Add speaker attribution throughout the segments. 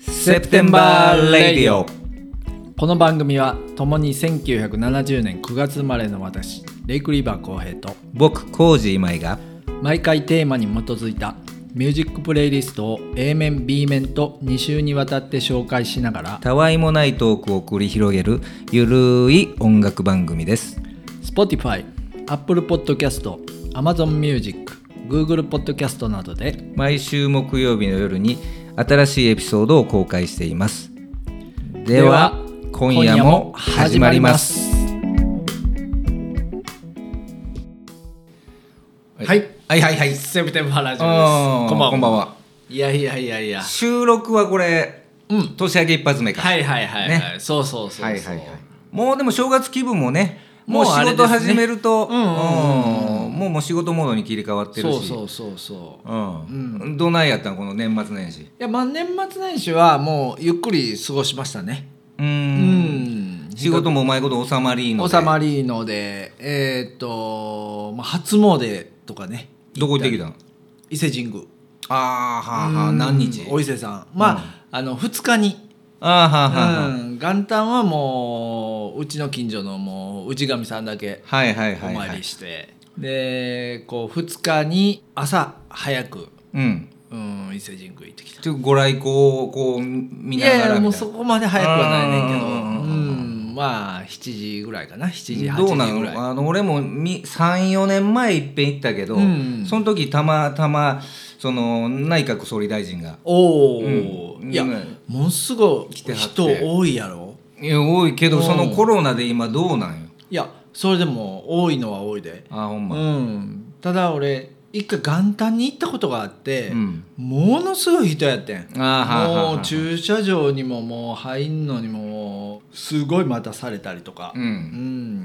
Speaker 1: セプテンバーレディオ
Speaker 2: この番組は共に1970年9月生まれの私レイク・リーバー浩平と
Speaker 1: 僕コージ今井が
Speaker 2: 毎回テーマに基づいたミュージックプレイリストを A 面 B 面と2週にわたって紹介しながら
Speaker 1: たわいもないトークを繰り広げるゆるい音楽番組です
Speaker 2: Spotify、Apple Podcast、Amazon Music、Google Podcast などで
Speaker 1: 毎週木曜日の夜に新しいエピソードを公開していますでは
Speaker 2: では
Speaker 1: 今夜も始まります
Speaker 2: はい、
Speaker 1: はいはいはい
Speaker 2: セプテンバーラジオ
Speaker 1: あ
Speaker 2: で
Speaker 1: ー
Speaker 2: す。こんばんは。
Speaker 1: こんばんはい
Speaker 2: やいやいやいや。
Speaker 1: 収録はこれ、
Speaker 2: うん
Speaker 1: 年明け一発目か
Speaker 2: はいはいはいはい。
Speaker 1: ね
Speaker 2: そうそうそうそう。
Speaker 1: はいはいはいもうでも正月気分もねもう
Speaker 2: もうあ
Speaker 1: 仕
Speaker 2: れです
Speaker 1: 事
Speaker 2: ね
Speaker 1: 始めると
Speaker 2: うんうんうん
Speaker 1: うんもうもう仕事モードに切り替わってるし
Speaker 2: そうそうそうそう。い
Speaker 1: うんどないやったんこの年末年始
Speaker 2: や、まあ年末年始はもうゆっくり過ごしましたね。
Speaker 1: う
Speaker 2: うんん。
Speaker 1: 仕事もうまいこと収まりので
Speaker 2: 収まりので、えーっと、まあ、初詣とかね、
Speaker 1: どこ行ってきたん
Speaker 2: 伊勢神宮。
Speaker 1: あーはーはー何日
Speaker 2: うんお伊勢さん。まあ、あの、2日に。
Speaker 1: あーは
Speaker 2: う
Speaker 1: ーはーはー
Speaker 2: ん、元旦はもううちの近所のもう内神さんだけ
Speaker 1: はいはい
Speaker 2: お
Speaker 1: はいは
Speaker 2: 参
Speaker 1: い
Speaker 2: りして、でこう2日に朝早く、
Speaker 1: うん
Speaker 2: うん、伊勢神宮行ってきた
Speaker 1: ちょっとご来光をこう見
Speaker 2: い
Speaker 1: ながらみ
Speaker 2: やい
Speaker 1: たい
Speaker 2: や
Speaker 1: な
Speaker 2: もうそこまで早くはないねんけど
Speaker 1: う
Speaker 2: うん
Speaker 1: うんうん
Speaker 2: んまあ7時ぐらいかな7時8
Speaker 1: どうな
Speaker 2: 時ぐらい
Speaker 1: のあの俺も34年前いっぺん行ったけど、
Speaker 2: うん
Speaker 1: その時たまたまその内閣総理大臣が
Speaker 2: おお、
Speaker 1: うん
Speaker 2: いや
Speaker 1: うん
Speaker 2: ものすごい
Speaker 1: 来てはって
Speaker 2: 人多いやろ
Speaker 1: いや多いけ
Speaker 2: う
Speaker 1: ど
Speaker 2: ん
Speaker 1: そのコロナで今どうなんよ
Speaker 2: いやそれでも多いのは多いで、
Speaker 1: あほんま、
Speaker 2: うんただ俺一回元旦に行ったことがあって、
Speaker 1: うん
Speaker 2: ものすごい人やってん
Speaker 1: あーはーはーはー
Speaker 2: もう駐車場にももう入んのにももうすごい待たされたりとか
Speaker 1: う
Speaker 2: うん、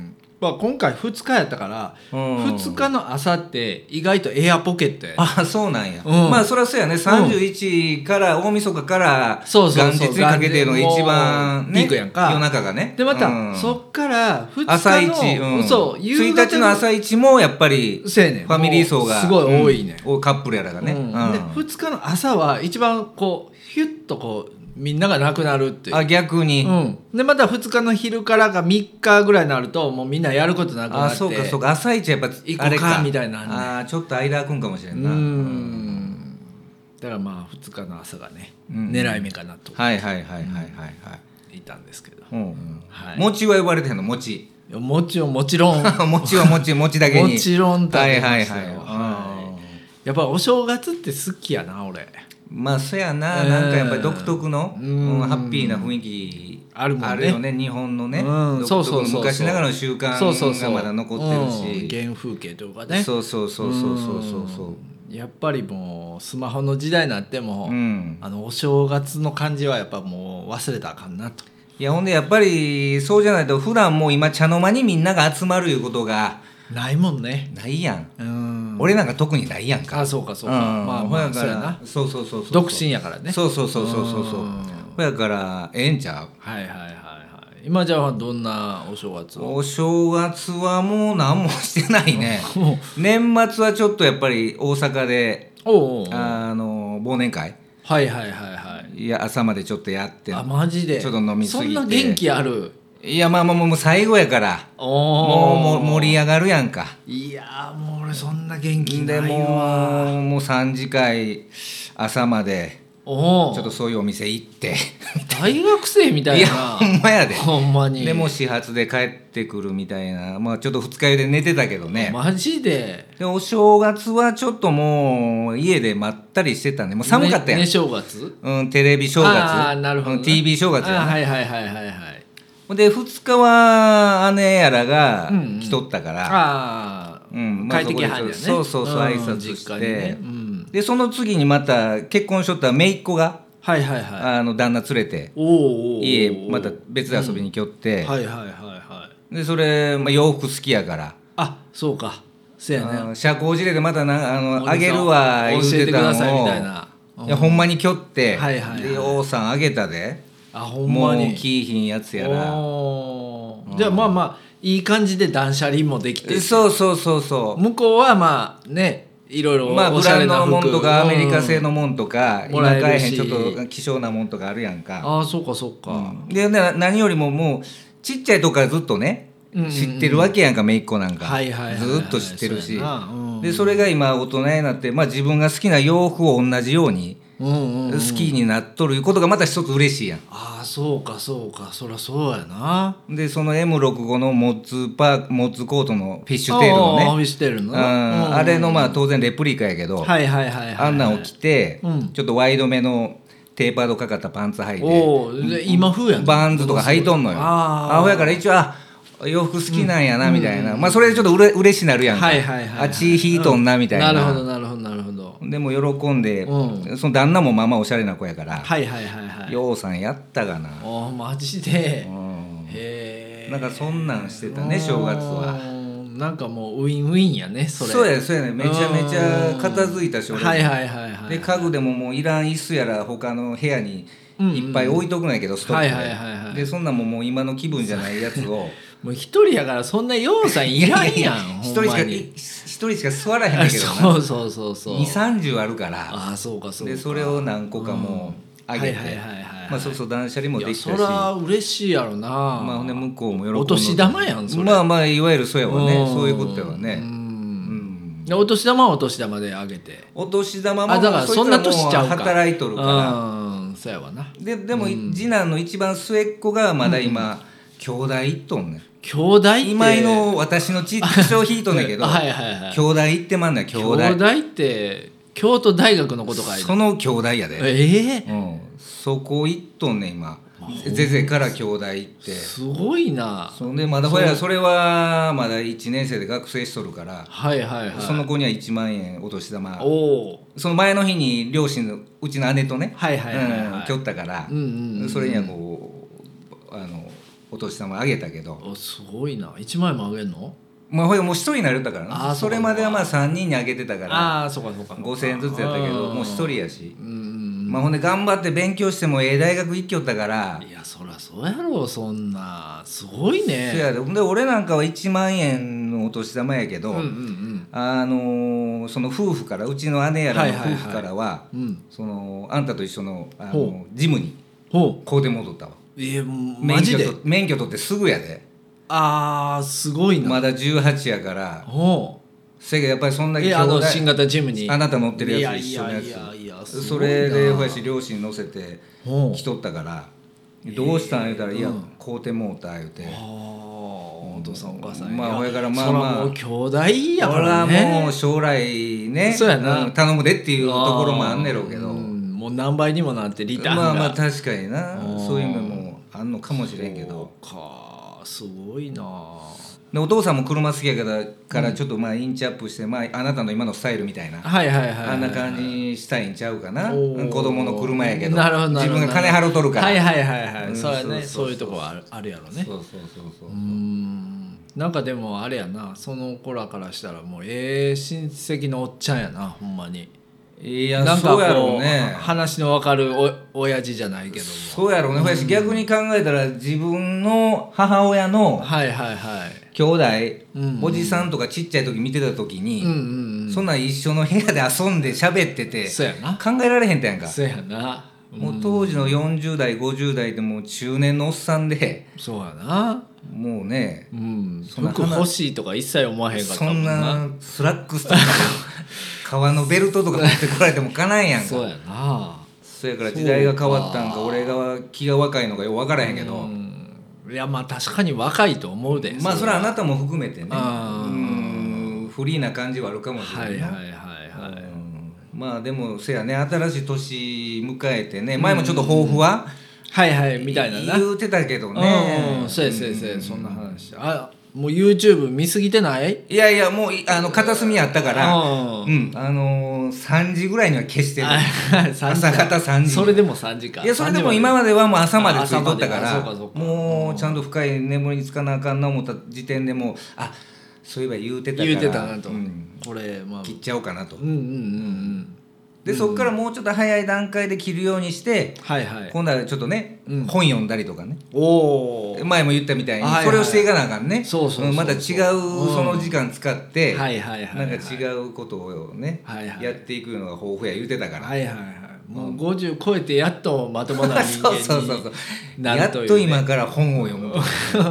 Speaker 1: ん
Speaker 2: まあ、今回2日やったから、
Speaker 1: うん
Speaker 2: 2日の朝って意外とエアポケットや
Speaker 1: あそうなんや、
Speaker 2: うん
Speaker 1: まあそりゃそうやね31から大晦日から
Speaker 2: そ
Speaker 1: 元
Speaker 2: うそうそう
Speaker 1: 日にかけての一番、
Speaker 2: 元日もう
Speaker 1: ね、
Speaker 2: ピークやんか
Speaker 1: 夜中がね
Speaker 2: でまた、
Speaker 1: うん
Speaker 2: そっから2日の
Speaker 1: 朝一、うん
Speaker 2: そう夕
Speaker 1: 1
Speaker 2: 方
Speaker 1: 日の朝一もやっぱり
Speaker 2: せやねん
Speaker 1: ファミリー層が
Speaker 2: もうすごい多いね、
Speaker 1: うんおカップルやらがね、
Speaker 2: うん
Speaker 1: うん
Speaker 2: で2日の朝は一番こうヒュッとこうみんながなくなるっていう
Speaker 1: あ逆に、
Speaker 2: うん、でまた2日の昼からが3日ぐらいになるともうみんなやることなくな
Speaker 1: あ
Speaker 2: って
Speaker 1: そうかそうか朝一やっぱ
Speaker 2: こうか
Speaker 1: あれか
Speaker 2: みたいなのあんねん
Speaker 1: あーちょっと間空くんかもしれ
Speaker 2: うん
Speaker 1: な
Speaker 2: んだからまあ2日の朝がね、
Speaker 1: うん
Speaker 2: 狙い目かなと
Speaker 1: はいはいはいはいはいはい、
Speaker 2: いたんですけど、
Speaker 1: うんうん
Speaker 2: はい
Speaker 1: 餅は呼ばれてへんの餅
Speaker 2: もちろんもちろんも
Speaker 1: 餅は餅餅だけに
Speaker 2: ちろん食べま
Speaker 1: は
Speaker 2: し
Speaker 1: い
Speaker 2: た
Speaker 1: は
Speaker 2: よ
Speaker 1: いはい、
Speaker 2: は
Speaker 1: うん
Speaker 2: いやっぱお正月って好きやな俺
Speaker 1: まあそやな、
Speaker 2: うん
Speaker 1: なんかやっぱり独特の、
Speaker 2: うん
Speaker 1: うんハッピーな雰囲気
Speaker 2: あるもんね
Speaker 1: よね日本のね、
Speaker 2: うんそう
Speaker 1: 独
Speaker 2: そ
Speaker 1: 特
Speaker 2: う
Speaker 1: の
Speaker 2: そう
Speaker 1: 昔ながらの習慣
Speaker 2: そうそうそ
Speaker 1: が
Speaker 2: う
Speaker 1: まだ残ってるし
Speaker 2: うん原風景というかね
Speaker 1: そうそうそうそうそうそうそう
Speaker 2: うんやっぱりもうスマホの時代になっても、
Speaker 1: うん
Speaker 2: あのお正月の感じはやっぱもう忘れたらあかんなと
Speaker 1: いやほんでやっぱりそうじゃないと普段もう今茶の間にみんなが集まるいうことが
Speaker 2: ないもんね
Speaker 1: ないやん、
Speaker 2: うん
Speaker 1: 俺なんか特にないやんか
Speaker 2: あそうかそうか、
Speaker 1: ん
Speaker 2: まあ
Speaker 1: ほ
Speaker 2: ま
Speaker 1: や
Speaker 2: あ
Speaker 1: か
Speaker 2: そうやな
Speaker 1: らそうそうそうそう
Speaker 2: 独身やからね
Speaker 1: そうそうそうそうそうそう
Speaker 2: うん
Speaker 1: ほやからええんちゃう
Speaker 2: はいはいはいはい今じゃあどんなお正月を
Speaker 1: お正月はもう何もしてない ね年末はちょっとやっぱり大阪で
Speaker 2: おうおうは
Speaker 1: あの忘年会
Speaker 2: いはいはいはい
Speaker 1: いや朝までちょっとやって
Speaker 2: あマジで
Speaker 1: ちょっと飲みすぎて
Speaker 2: そんな元気ある
Speaker 1: いやまあまあもうもう最後やからも
Speaker 2: お
Speaker 1: うもう盛り
Speaker 2: や
Speaker 1: 上がるやんか
Speaker 2: いやーもう俺そんな元気な
Speaker 1: で
Speaker 2: いわ
Speaker 1: もうもう3時会朝まで
Speaker 2: お
Speaker 1: ちょっと
Speaker 2: お
Speaker 1: そういうお店行って
Speaker 2: 大学生みた
Speaker 1: い
Speaker 2: い
Speaker 1: や
Speaker 2: な
Speaker 1: ほんまやで
Speaker 2: ほんまに
Speaker 1: でもう始発で帰ってくるみたいなまあちょっと二日酔いで寝てたけどね
Speaker 2: マジで
Speaker 1: でお正月はちょっともう家でまったりしてたねもう寒かったやん、
Speaker 2: ねね正月
Speaker 1: うん、テレビ正
Speaker 2: あ
Speaker 1: 月
Speaker 2: ーなるほど
Speaker 1: う
Speaker 2: ね
Speaker 1: ん TV 正月
Speaker 2: あ
Speaker 1: や
Speaker 2: ー
Speaker 1: な、
Speaker 2: はいはいはいはいはい
Speaker 1: で2日は姉やらが
Speaker 2: うんうん
Speaker 1: 来とったから、
Speaker 2: ああ
Speaker 1: うんまあ
Speaker 2: 快適派だよね
Speaker 1: そうそうそう挨拶して
Speaker 2: 実家にねうん
Speaker 1: でその次にまた結婚しとった姪っ子が、
Speaker 2: はいはいはい
Speaker 1: あの旦那連れて
Speaker 2: おうおうおう
Speaker 1: 家また別で遊びに来よって、
Speaker 2: はいはいはいはい
Speaker 1: でそれ、まあ、洋服好きやから
Speaker 2: あそうかせや
Speaker 1: あ
Speaker 2: ね
Speaker 1: の社交辞令でまたなあの
Speaker 2: 俺さ
Speaker 1: あげるわ言う
Speaker 2: 教え
Speaker 1: て
Speaker 2: てくだ
Speaker 1: た
Speaker 2: さい
Speaker 1: の
Speaker 2: み
Speaker 1: を
Speaker 2: たいない
Speaker 1: いやほんまにきょって、
Speaker 2: はいはいはい
Speaker 1: で王さんあげたで
Speaker 2: あほんまに
Speaker 1: もうきいひんやつやら
Speaker 2: おーじゃあまあまあいい感じで断捨離もできて
Speaker 1: そうそうそうそう
Speaker 2: 向こうはまあねいろいろ
Speaker 1: まあ
Speaker 2: お
Speaker 1: ブ
Speaker 2: しゃ
Speaker 1: ラ
Speaker 2: れ
Speaker 1: ンドの
Speaker 2: な服
Speaker 1: もんとかアメリカ製のもんとか、
Speaker 2: うんも
Speaker 1: 今
Speaker 2: らえる
Speaker 1: 買えへん
Speaker 2: し
Speaker 1: ちょっと希少なもんとかあるやんか、
Speaker 2: ああそうかそうか、
Speaker 1: うんでな何よりももうちっちゃいとからずっとね
Speaker 2: うんうんうん
Speaker 1: 知ってるわけやんか姪っ子なんか、
Speaker 2: はいはいはいはい
Speaker 1: ずーっと知ってるし
Speaker 2: そうやなうん
Speaker 1: でそれが今大人になって、まあ、自分が好きな洋服を同じように
Speaker 2: うんうんうん
Speaker 1: 好きになっとるいうことがまた一つ嬉しいや。
Speaker 2: ああそうかそうかそりゃそうやなん
Speaker 1: でその M65 のモッツパーモッツコートのフィッシュテールのね
Speaker 2: ああ見してるの
Speaker 1: うん
Speaker 2: ねうん
Speaker 1: あれのまあ当然レプリカやけど、
Speaker 2: はいはいはいはい
Speaker 1: あんなんを着て、
Speaker 2: うん
Speaker 1: ちょっとワイドめのテーパードかかったパンツ履いて
Speaker 2: おおで今風やん
Speaker 1: バンズとか履いとんのよ
Speaker 2: あー
Speaker 1: アホやから一応あ洋服好きなんやなみたいな、まあそれでちょっとうれ嬉しなるやんか、
Speaker 2: はいはいはいは
Speaker 1: あ
Speaker 2: い
Speaker 1: ち引いとんなみたいな,、
Speaker 2: なるほどなるほどなるほど
Speaker 1: でも喜んで、
Speaker 2: う
Speaker 1: その旦那もまあまあおしゃれな子やから
Speaker 2: はいはいはいはい
Speaker 1: ようさんやったがな、
Speaker 2: おーマジで
Speaker 1: うん
Speaker 2: へえ
Speaker 1: なんかそんなんしてたね正月は
Speaker 2: なんかもうウィンウィンやねそ
Speaker 1: そ
Speaker 2: れ
Speaker 1: うやそうやねめちゃめちゃ片付いたし
Speaker 2: は
Speaker 1: 俺
Speaker 2: い
Speaker 1: も
Speaker 2: はいはいはい
Speaker 1: で家具でももういらん椅子やら他の部屋に
Speaker 2: うんうん
Speaker 1: いっぱい置いとくないけどストックで,、
Speaker 2: はいはいはいはい
Speaker 1: でそんなんももう今の気分じゃないやつ を
Speaker 2: もう一人やからそんなようさんいらんやん
Speaker 1: 一
Speaker 2: ほ
Speaker 1: 人
Speaker 2: ん
Speaker 1: し
Speaker 2: ま
Speaker 1: か
Speaker 2: に
Speaker 1: い一人しか座らへんね
Speaker 2: あ
Speaker 1: んけどな
Speaker 2: そうそうそうそう
Speaker 1: 230あるから
Speaker 2: ああそうかそうか
Speaker 1: でそれを何個かもうあげて
Speaker 2: はいはいはいはい
Speaker 1: まあそうそう断捨離
Speaker 2: い
Speaker 1: も
Speaker 2: や
Speaker 1: でき
Speaker 2: そ
Speaker 1: たし
Speaker 2: りゃ嬉しいやろな
Speaker 1: まあほんで向こうも喜んで
Speaker 2: お年玉やんそれ
Speaker 1: まあまあいわゆるそうやわ
Speaker 2: う
Speaker 1: ね
Speaker 2: ん
Speaker 1: そういうことやわね
Speaker 2: う
Speaker 1: うんん
Speaker 2: でお年玉はお年玉であげて
Speaker 1: お年玉も
Speaker 2: あだからそんな年ちゃ
Speaker 1: そい
Speaker 2: うか
Speaker 1: つらもう働いとるから
Speaker 2: うんそうやわな
Speaker 1: ででも次男の一番末っ子がまだ今兄弟一トンね
Speaker 2: 兄弟って
Speaker 1: 今井の私のち口を引いとんだけど
Speaker 2: はいはいはい
Speaker 1: 兄弟行ってまんねん兄
Speaker 2: 兄
Speaker 1: 弟
Speaker 2: 弟って京都大学のことかい
Speaker 1: その兄弟やで、
Speaker 2: え
Speaker 1: うん、そこ行っとんねん今ゼゼから兄弟行って
Speaker 2: えすごいな
Speaker 1: そんでまだほやそれはまだ1年生で学生しとるから
Speaker 2: はいはいはい
Speaker 1: その子には1万円お年玉
Speaker 2: おお
Speaker 1: その前の日に両親のうちの姉とね
Speaker 2: はいはいはいはい
Speaker 1: うん来よったから
Speaker 2: うんうんうん
Speaker 1: それにはこうあのお年玉あげたけど
Speaker 2: おすごいな一枚もあげんの
Speaker 1: まあほやもう1人になるったから
Speaker 2: あ
Speaker 1: な
Speaker 2: ーそ
Speaker 1: そう
Speaker 2: か
Speaker 1: れまではまあ3人にあげてたから
Speaker 2: あーそうかそうか
Speaker 1: 5,000円ずつやったけどもう1人やし
Speaker 2: うんうん
Speaker 1: まあ、ほんで頑張って勉強してもええ大学行きよったから、
Speaker 2: いやそらそうやろそんなすごいね
Speaker 1: そやでほんで俺なんかは1万円のお年玉やけど、
Speaker 2: うんうん
Speaker 1: あのーその夫婦からうちの姉やらの
Speaker 2: はいはいはい
Speaker 1: 夫婦からは,、
Speaker 2: うんうん
Speaker 1: そのあんたと一緒のあの
Speaker 2: ほ
Speaker 1: ジムに
Speaker 2: ほ
Speaker 1: こうで戻ったわ
Speaker 2: うえマ
Speaker 1: 免
Speaker 2: ジ
Speaker 1: 許
Speaker 2: で
Speaker 1: と免許取ってすぐやで
Speaker 2: あーすごいな、
Speaker 1: まだ18やから
Speaker 2: ほ
Speaker 1: せやけどやっぱりそん
Speaker 2: う
Speaker 1: だ
Speaker 2: い
Speaker 1: け
Speaker 2: やあ
Speaker 1: 兄
Speaker 2: の
Speaker 1: 弟
Speaker 2: 新型ジムに
Speaker 1: あなた持ってるやつ
Speaker 2: い
Speaker 1: 一緒
Speaker 2: や
Speaker 1: のや
Speaker 2: いやいやいや
Speaker 1: つ
Speaker 2: す
Speaker 1: そ
Speaker 2: ごいな
Speaker 1: れでほやし両親乗せて
Speaker 2: ほう
Speaker 1: 来とったから「どうしたん?」言うたら「いや
Speaker 2: うん
Speaker 1: 買うてもうた」言うて。
Speaker 2: あーお父さんお母さん
Speaker 1: まあ
Speaker 2: いや
Speaker 1: 親からまあまあ
Speaker 2: そらもう兄弟や
Speaker 1: こ
Speaker 2: か
Speaker 1: れは
Speaker 2: らね
Speaker 1: もう将来ね
Speaker 2: そうやなん
Speaker 1: 頼むでっていうところもあんねやろうけど
Speaker 2: あーうんもう何倍にもなってリターンが
Speaker 1: まあまあ確かにな
Speaker 2: うん
Speaker 1: そういう面もあんのかもしれんけど
Speaker 2: そうかすごいな
Speaker 1: でお父さんも車好きやからからちょっとまあインチアップして、まあ、あなたの今のスタイルみたいな。
Speaker 2: はいはいはいはい
Speaker 1: あんな感じにしたいんちゃうかな
Speaker 2: お
Speaker 1: 子
Speaker 2: ー
Speaker 1: 供の車やけど
Speaker 2: なるほどな
Speaker 1: 自
Speaker 2: るほど
Speaker 1: 分が金払うとるから、
Speaker 2: はいはいはいはい、
Speaker 1: うん
Speaker 2: そうや
Speaker 1: そう
Speaker 2: ねそう
Speaker 1: そうそう
Speaker 2: いうとこはあるあるやろね
Speaker 1: そうそうそうそう
Speaker 2: うーんなんかでもあれやなその子らからしたらもうええ親戚のおっちゃんやなほんまに
Speaker 1: いや
Speaker 2: なんか
Speaker 1: そうやろ
Speaker 2: こ
Speaker 1: う
Speaker 2: う
Speaker 1: ね
Speaker 2: 話の分かるお親父じゃないけど
Speaker 1: そうやろうね、ほやし逆に考えたら自分の母親の
Speaker 2: もはいはいはい
Speaker 1: 兄弟、
Speaker 2: うん
Speaker 1: おじさんとかちっちゃい時見てた時に、
Speaker 2: うんうんうん
Speaker 1: そんなん一緒の部屋で遊んで喋ってて
Speaker 2: そうやな
Speaker 1: 考えられへんってやんか
Speaker 2: そうやなうん
Speaker 1: もう当時の40代50代でもう中年のおっさんで
Speaker 2: そうやな
Speaker 1: もうね
Speaker 2: うん
Speaker 1: そんな
Speaker 2: 服欲しいとか一切思わへんかった
Speaker 1: そ
Speaker 2: も
Speaker 1: ん
Speaker 2: んな
Speaker 1: なスラックスとか革のベルトとか持ってこられてもかないやんか
Speaker 2: そうやな
Speaker 1: そうやから時代が変わったん
Speaker 2: そ
Speaker 1: か
Speaker 2: うか
Speaker 1: 俺が気が若いのかよう分からへんけど
Speaker 2: うんいやまあ確かに若いと思うで
Speaker 1: まあそれはあなたも含めてねう
Speaker 2: あー
Speaker 1: んフリーな感じはあるかもしれ
Speaker 2: は
Speaker 1: ないい
Speaker 2: は
Speaker 1: ない
Speaker 2: はいはい
Speaker 1: うんまあでもせやね新しい年迎えてね前もちょっと抱負は、
Speaker 2: はいはいみたいなな
Speaker 1: 言うてたけどね、
Speaker 2: うんそうやそうやそうやそんな話あもう YouTube 見すぎてない
Speaker 1: いやいやもういあの片隅やったから
Speaker 2: う
Speaker 1: うん
Speaker 2: ん
Speaker 1: あのー、3時ぐらいには消してる
Speaker 2: あ 3時
Speaker 1: 朝方3時
Speaker 2: それでも3時間
Speaker 1: いやそれでも今まではもう朝までついとったか
Speaker 2: あ
Speaker 1: ら
Speaker 2: 朝まであそうかそうか
Speaker 1: もうちゃんと深い眠りにつかなあかんな思った時点でもうあそういえば言うてたから
Speaker 2: 言うてたなと
Speaker 1: うん
Speaker 2: これまあ
Speaker 1: 切っちゃおうかなと
Speaker 2: うんうんうんうん
Speaker 1: でそこからもうちょっと早い段階で着るようにして、
Speaker 2: はいはい
Speaker 1: 今度はちょっとね、
Speaker 2: うん
Speaker 1: 本読んだりとかね
Speaker 2: おー
Speaker 1: 前も言ったみたいに
Speaker 2: はいはい
Speaker 1: それをしていかなあかんね
Speaker 2: そうそうそうそうん
Speaker 1: また違うその時間使って、
Speaker 2: はいはいはいはい
Speaker 1: なんか違うことをね、
Speaker 2: はいはい
Speaker 1: やっていくのが豊富や言うてたから、
Speaker 2: はいはいはいもう50超えてやっとまともな人間
Speaker 1: そう
Speaker 2: に
Speaker 1: そうそうそう
Speaker 2: な
Speaker 1: や
Speaker 2: る
Speaker 1: っ
Speaker 2: というね
Speaker 1: と今から本を 読む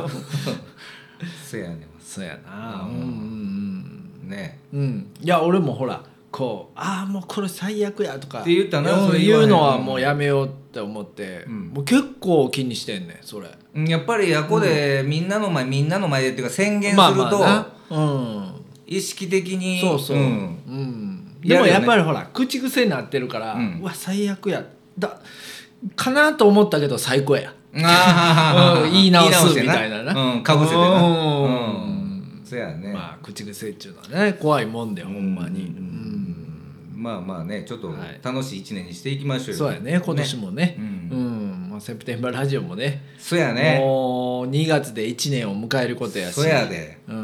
Speaker 1: そうやね
Speaker 2: そうやなう
Speaker 1: うんん
Speaker 2: うん
Speaker 1: ね
Speaker 2: うんうんいや俺もほらこうああもうこれ最悪やとか
Speaker 1: って言ったな
Speaker 2: うん
Speaker 1: それ言わ
Speaker 2: 言
Speaker 1: へ
Speaker 2: うんのはもうやめようって思って、
Speaker 1: うん
Speaker 2: もう結構気にしてんねんそれ
Speaker 1: うんやっぱりやこでみんなの前みんなの前でっていうか宣言す
Speaker 2: まあ
Speaker 1: ると
Speaker 2: まあなうん
Speaker 1: 意識的に
Speaker 2: そうそう、う
Speaker 1: うんん
Speaker 2: で
Speaker 1: やる
Speaker 2: も
Speaker 1: よね
Speaker 2: やっぱりほら口癖になってるから、う
Speaker 1: うん
Speaker 2: わ最悪やだかなと思ったけど最高や、
Speaker 1: あ
Speaker 2: う
Speaker 1: ー
Speaker 2: ん言い直す
Speaker 1: 言
Speaker 2: みたいなな
Speaker 1: うん、かぶせてな
Speaker 2: うん
Speaker 1: うんそうやね、
Speaker 2: まあ口癖っちゅうのはね怖いもんでほんまに、
Speaker 1: うん
Speaker 2: うん
Speaker 1: まあまあねちょっと
Speaker 2: はい
Speaker 1: 楽しい一年にしていきましょうよ
Speaker 2: そうやね今年もね
Speaker 1: う
Speaker 2: うんん、まあ、セプテンバーラジオもね
Speaker 1: そうやね
Speaker 2: もう2月で1年を迎えることやし
Speaker 1: そうやで
Speaker 2: うん
Speaker 1: う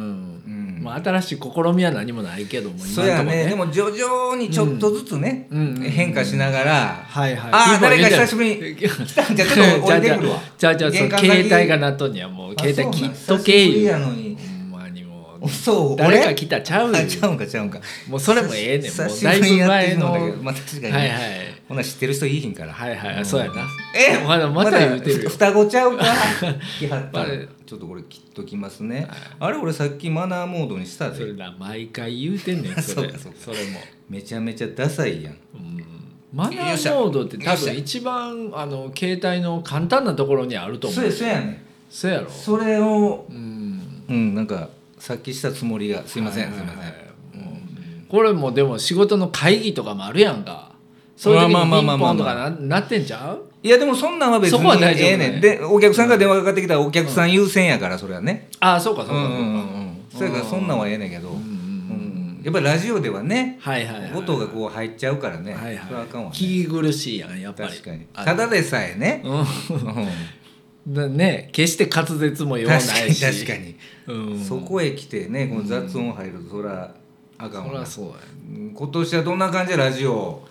Speaker 1: ん
Speaker 2: まあ、新しい試みは何もないけども
Speaker 1: そうや
Speaker 2: 今んとこ
Speaker 1: ねでも徐々にちょっとずつね、
Speaker 2: うんうん
Speaker 1: 変化しながら、
Speaker 2: はいはい
Speaker 1: ああ
Speaker 2: 今
Speaker 1: 誰か
Speaker 2: 言うて
Speaker 1: 久しぶりに来たんじゃちょっと
Speaker 2: じゃ
Speaker 1: 降
Speaker 2: あ
Speaker 1: り
Speaker 2: じ
Speaker 1: て
Speaker 2: ゃ
Speaker 1: くるわ
Speaker 2: あじゃあじゃあそう
Speaker 1: 玄関先
Speaker 2: 携帯がなっとんねやもう
Speaker 1: あ
Speaker 2: 携帯
Speaker 1: そう
Speaker 2: き
Speaker 1: なん
Speaker 2: っと経
Speaker 1: 久しぶり
Speaker 2: 由
Speaker 1: やのに
Speaker 2: ほんまにもう
Speaker 1: そう
Speaker 2: 誰か
Speaker 1: 俺
Speaker 2: 来たちゃうよ
Speaker 1: あちゃうんかちゃうんか
Speaker 2: もうそれもええねんも
Speaker 1: 久
Speaker 2: う
Speaker 1: し
Speaker 2: だ
Speaker 1: ぶ
Speaker 2: い
Speaker 1: りに
Speaker 2: ぶ
Speaker 1: やって
Speaker 2: 前
Speaker 1: る
Speaker 2: の
Speaker 1: のだ
Speaker 2: は
Speaker 1: け
Speaker 2: い
Speaker 1: どまあ確か
Speaker 2: は
Speaker 1: に、
Speaker 2: い
Speaker 1: ねほな知ってる人いいひんから
Speaker 2: はいはいそうやな
Speaker 1: え
Speaker 2: まだまだ言うてるよ
Speaker 1: 双子ちゃうか 来はった
Speaker 2: まだ
Speaker 1: ちょっとこれ切っときますねあれ俺さっきマナーモードにした
Speaker 2: そ
Speaker 1: で
Speaker 2: れな毎回言うてんねんそれ
Speaker 1: そうかそうか
Speaker 2: それも
Speaker 1: めちゃめちゃダサいやん
Speaker 2: マナーモードって多分一番あの携帯の簡単なところにあると思
Speaker 1: そううやそうやねん
Speaker 2: そうやろ
Speaker 1: それを
Speaker 2: うん
Speaker 1: うんなんかさっきしたつもりがすいませんすいません
Speaker 2: せんこれもでも仕事の会議とかもあるやんかそういう時に
Speaker 1: まあま
Speaker 2: ピ
Speaker 1: あまあ
Speaker 2: ン
Speaker 1: ま
Speaker 2: ポ
Speaker 1: あ
Speaker 2: ンと
Speaker 1: まあ
Speaker 2: かななってんちゃう
Speaker 1: いやでもそんなんは別
Speaker 2: そこは
Speaker 1: に
Speaker 2: 大丈夫
Speaker 1: ええねんでお客さんから電話かかってきたらお客さん優先やからそれはね
Speaker 2: ああそうか
Speaker 1: う
Speaker 2: そ
Speaker 1: ん
Speaker 2: うか
Speaker 1: う
Speaker 2: そうか、
Speaker 1: んうんうんそれからそんなんはええねんけどうんやっぱりラジオではね
Speaker 2: はいはいはい
Speaker 1: 音がこう入っちゃうからね
Speaker 2: はいはい
Speaker 1: それはあかんわね
Speaker 2: 聞き苦しいやんやっぱり
Speaker 1: 確かに
Speaker 2: あ
Speaker 1: ただでさえね
Speaker 2: う
Speaker 1: うん
Speaker 2: んだね決して滑舌も弱ない
Speaker 1: 確かに
Speaker 2: し
Speaker 1: 確かに
Speaker 2: うん、
Speaker 1: そこへ来てねこの雑音入るとそらあかん
Speaker 2: そり
Speaker 1: わ
Speaker 2: ゃ
Speaker 1: な
Speaker 2: そうやね
Speaker 1: うん今年はどんな感じでラジオを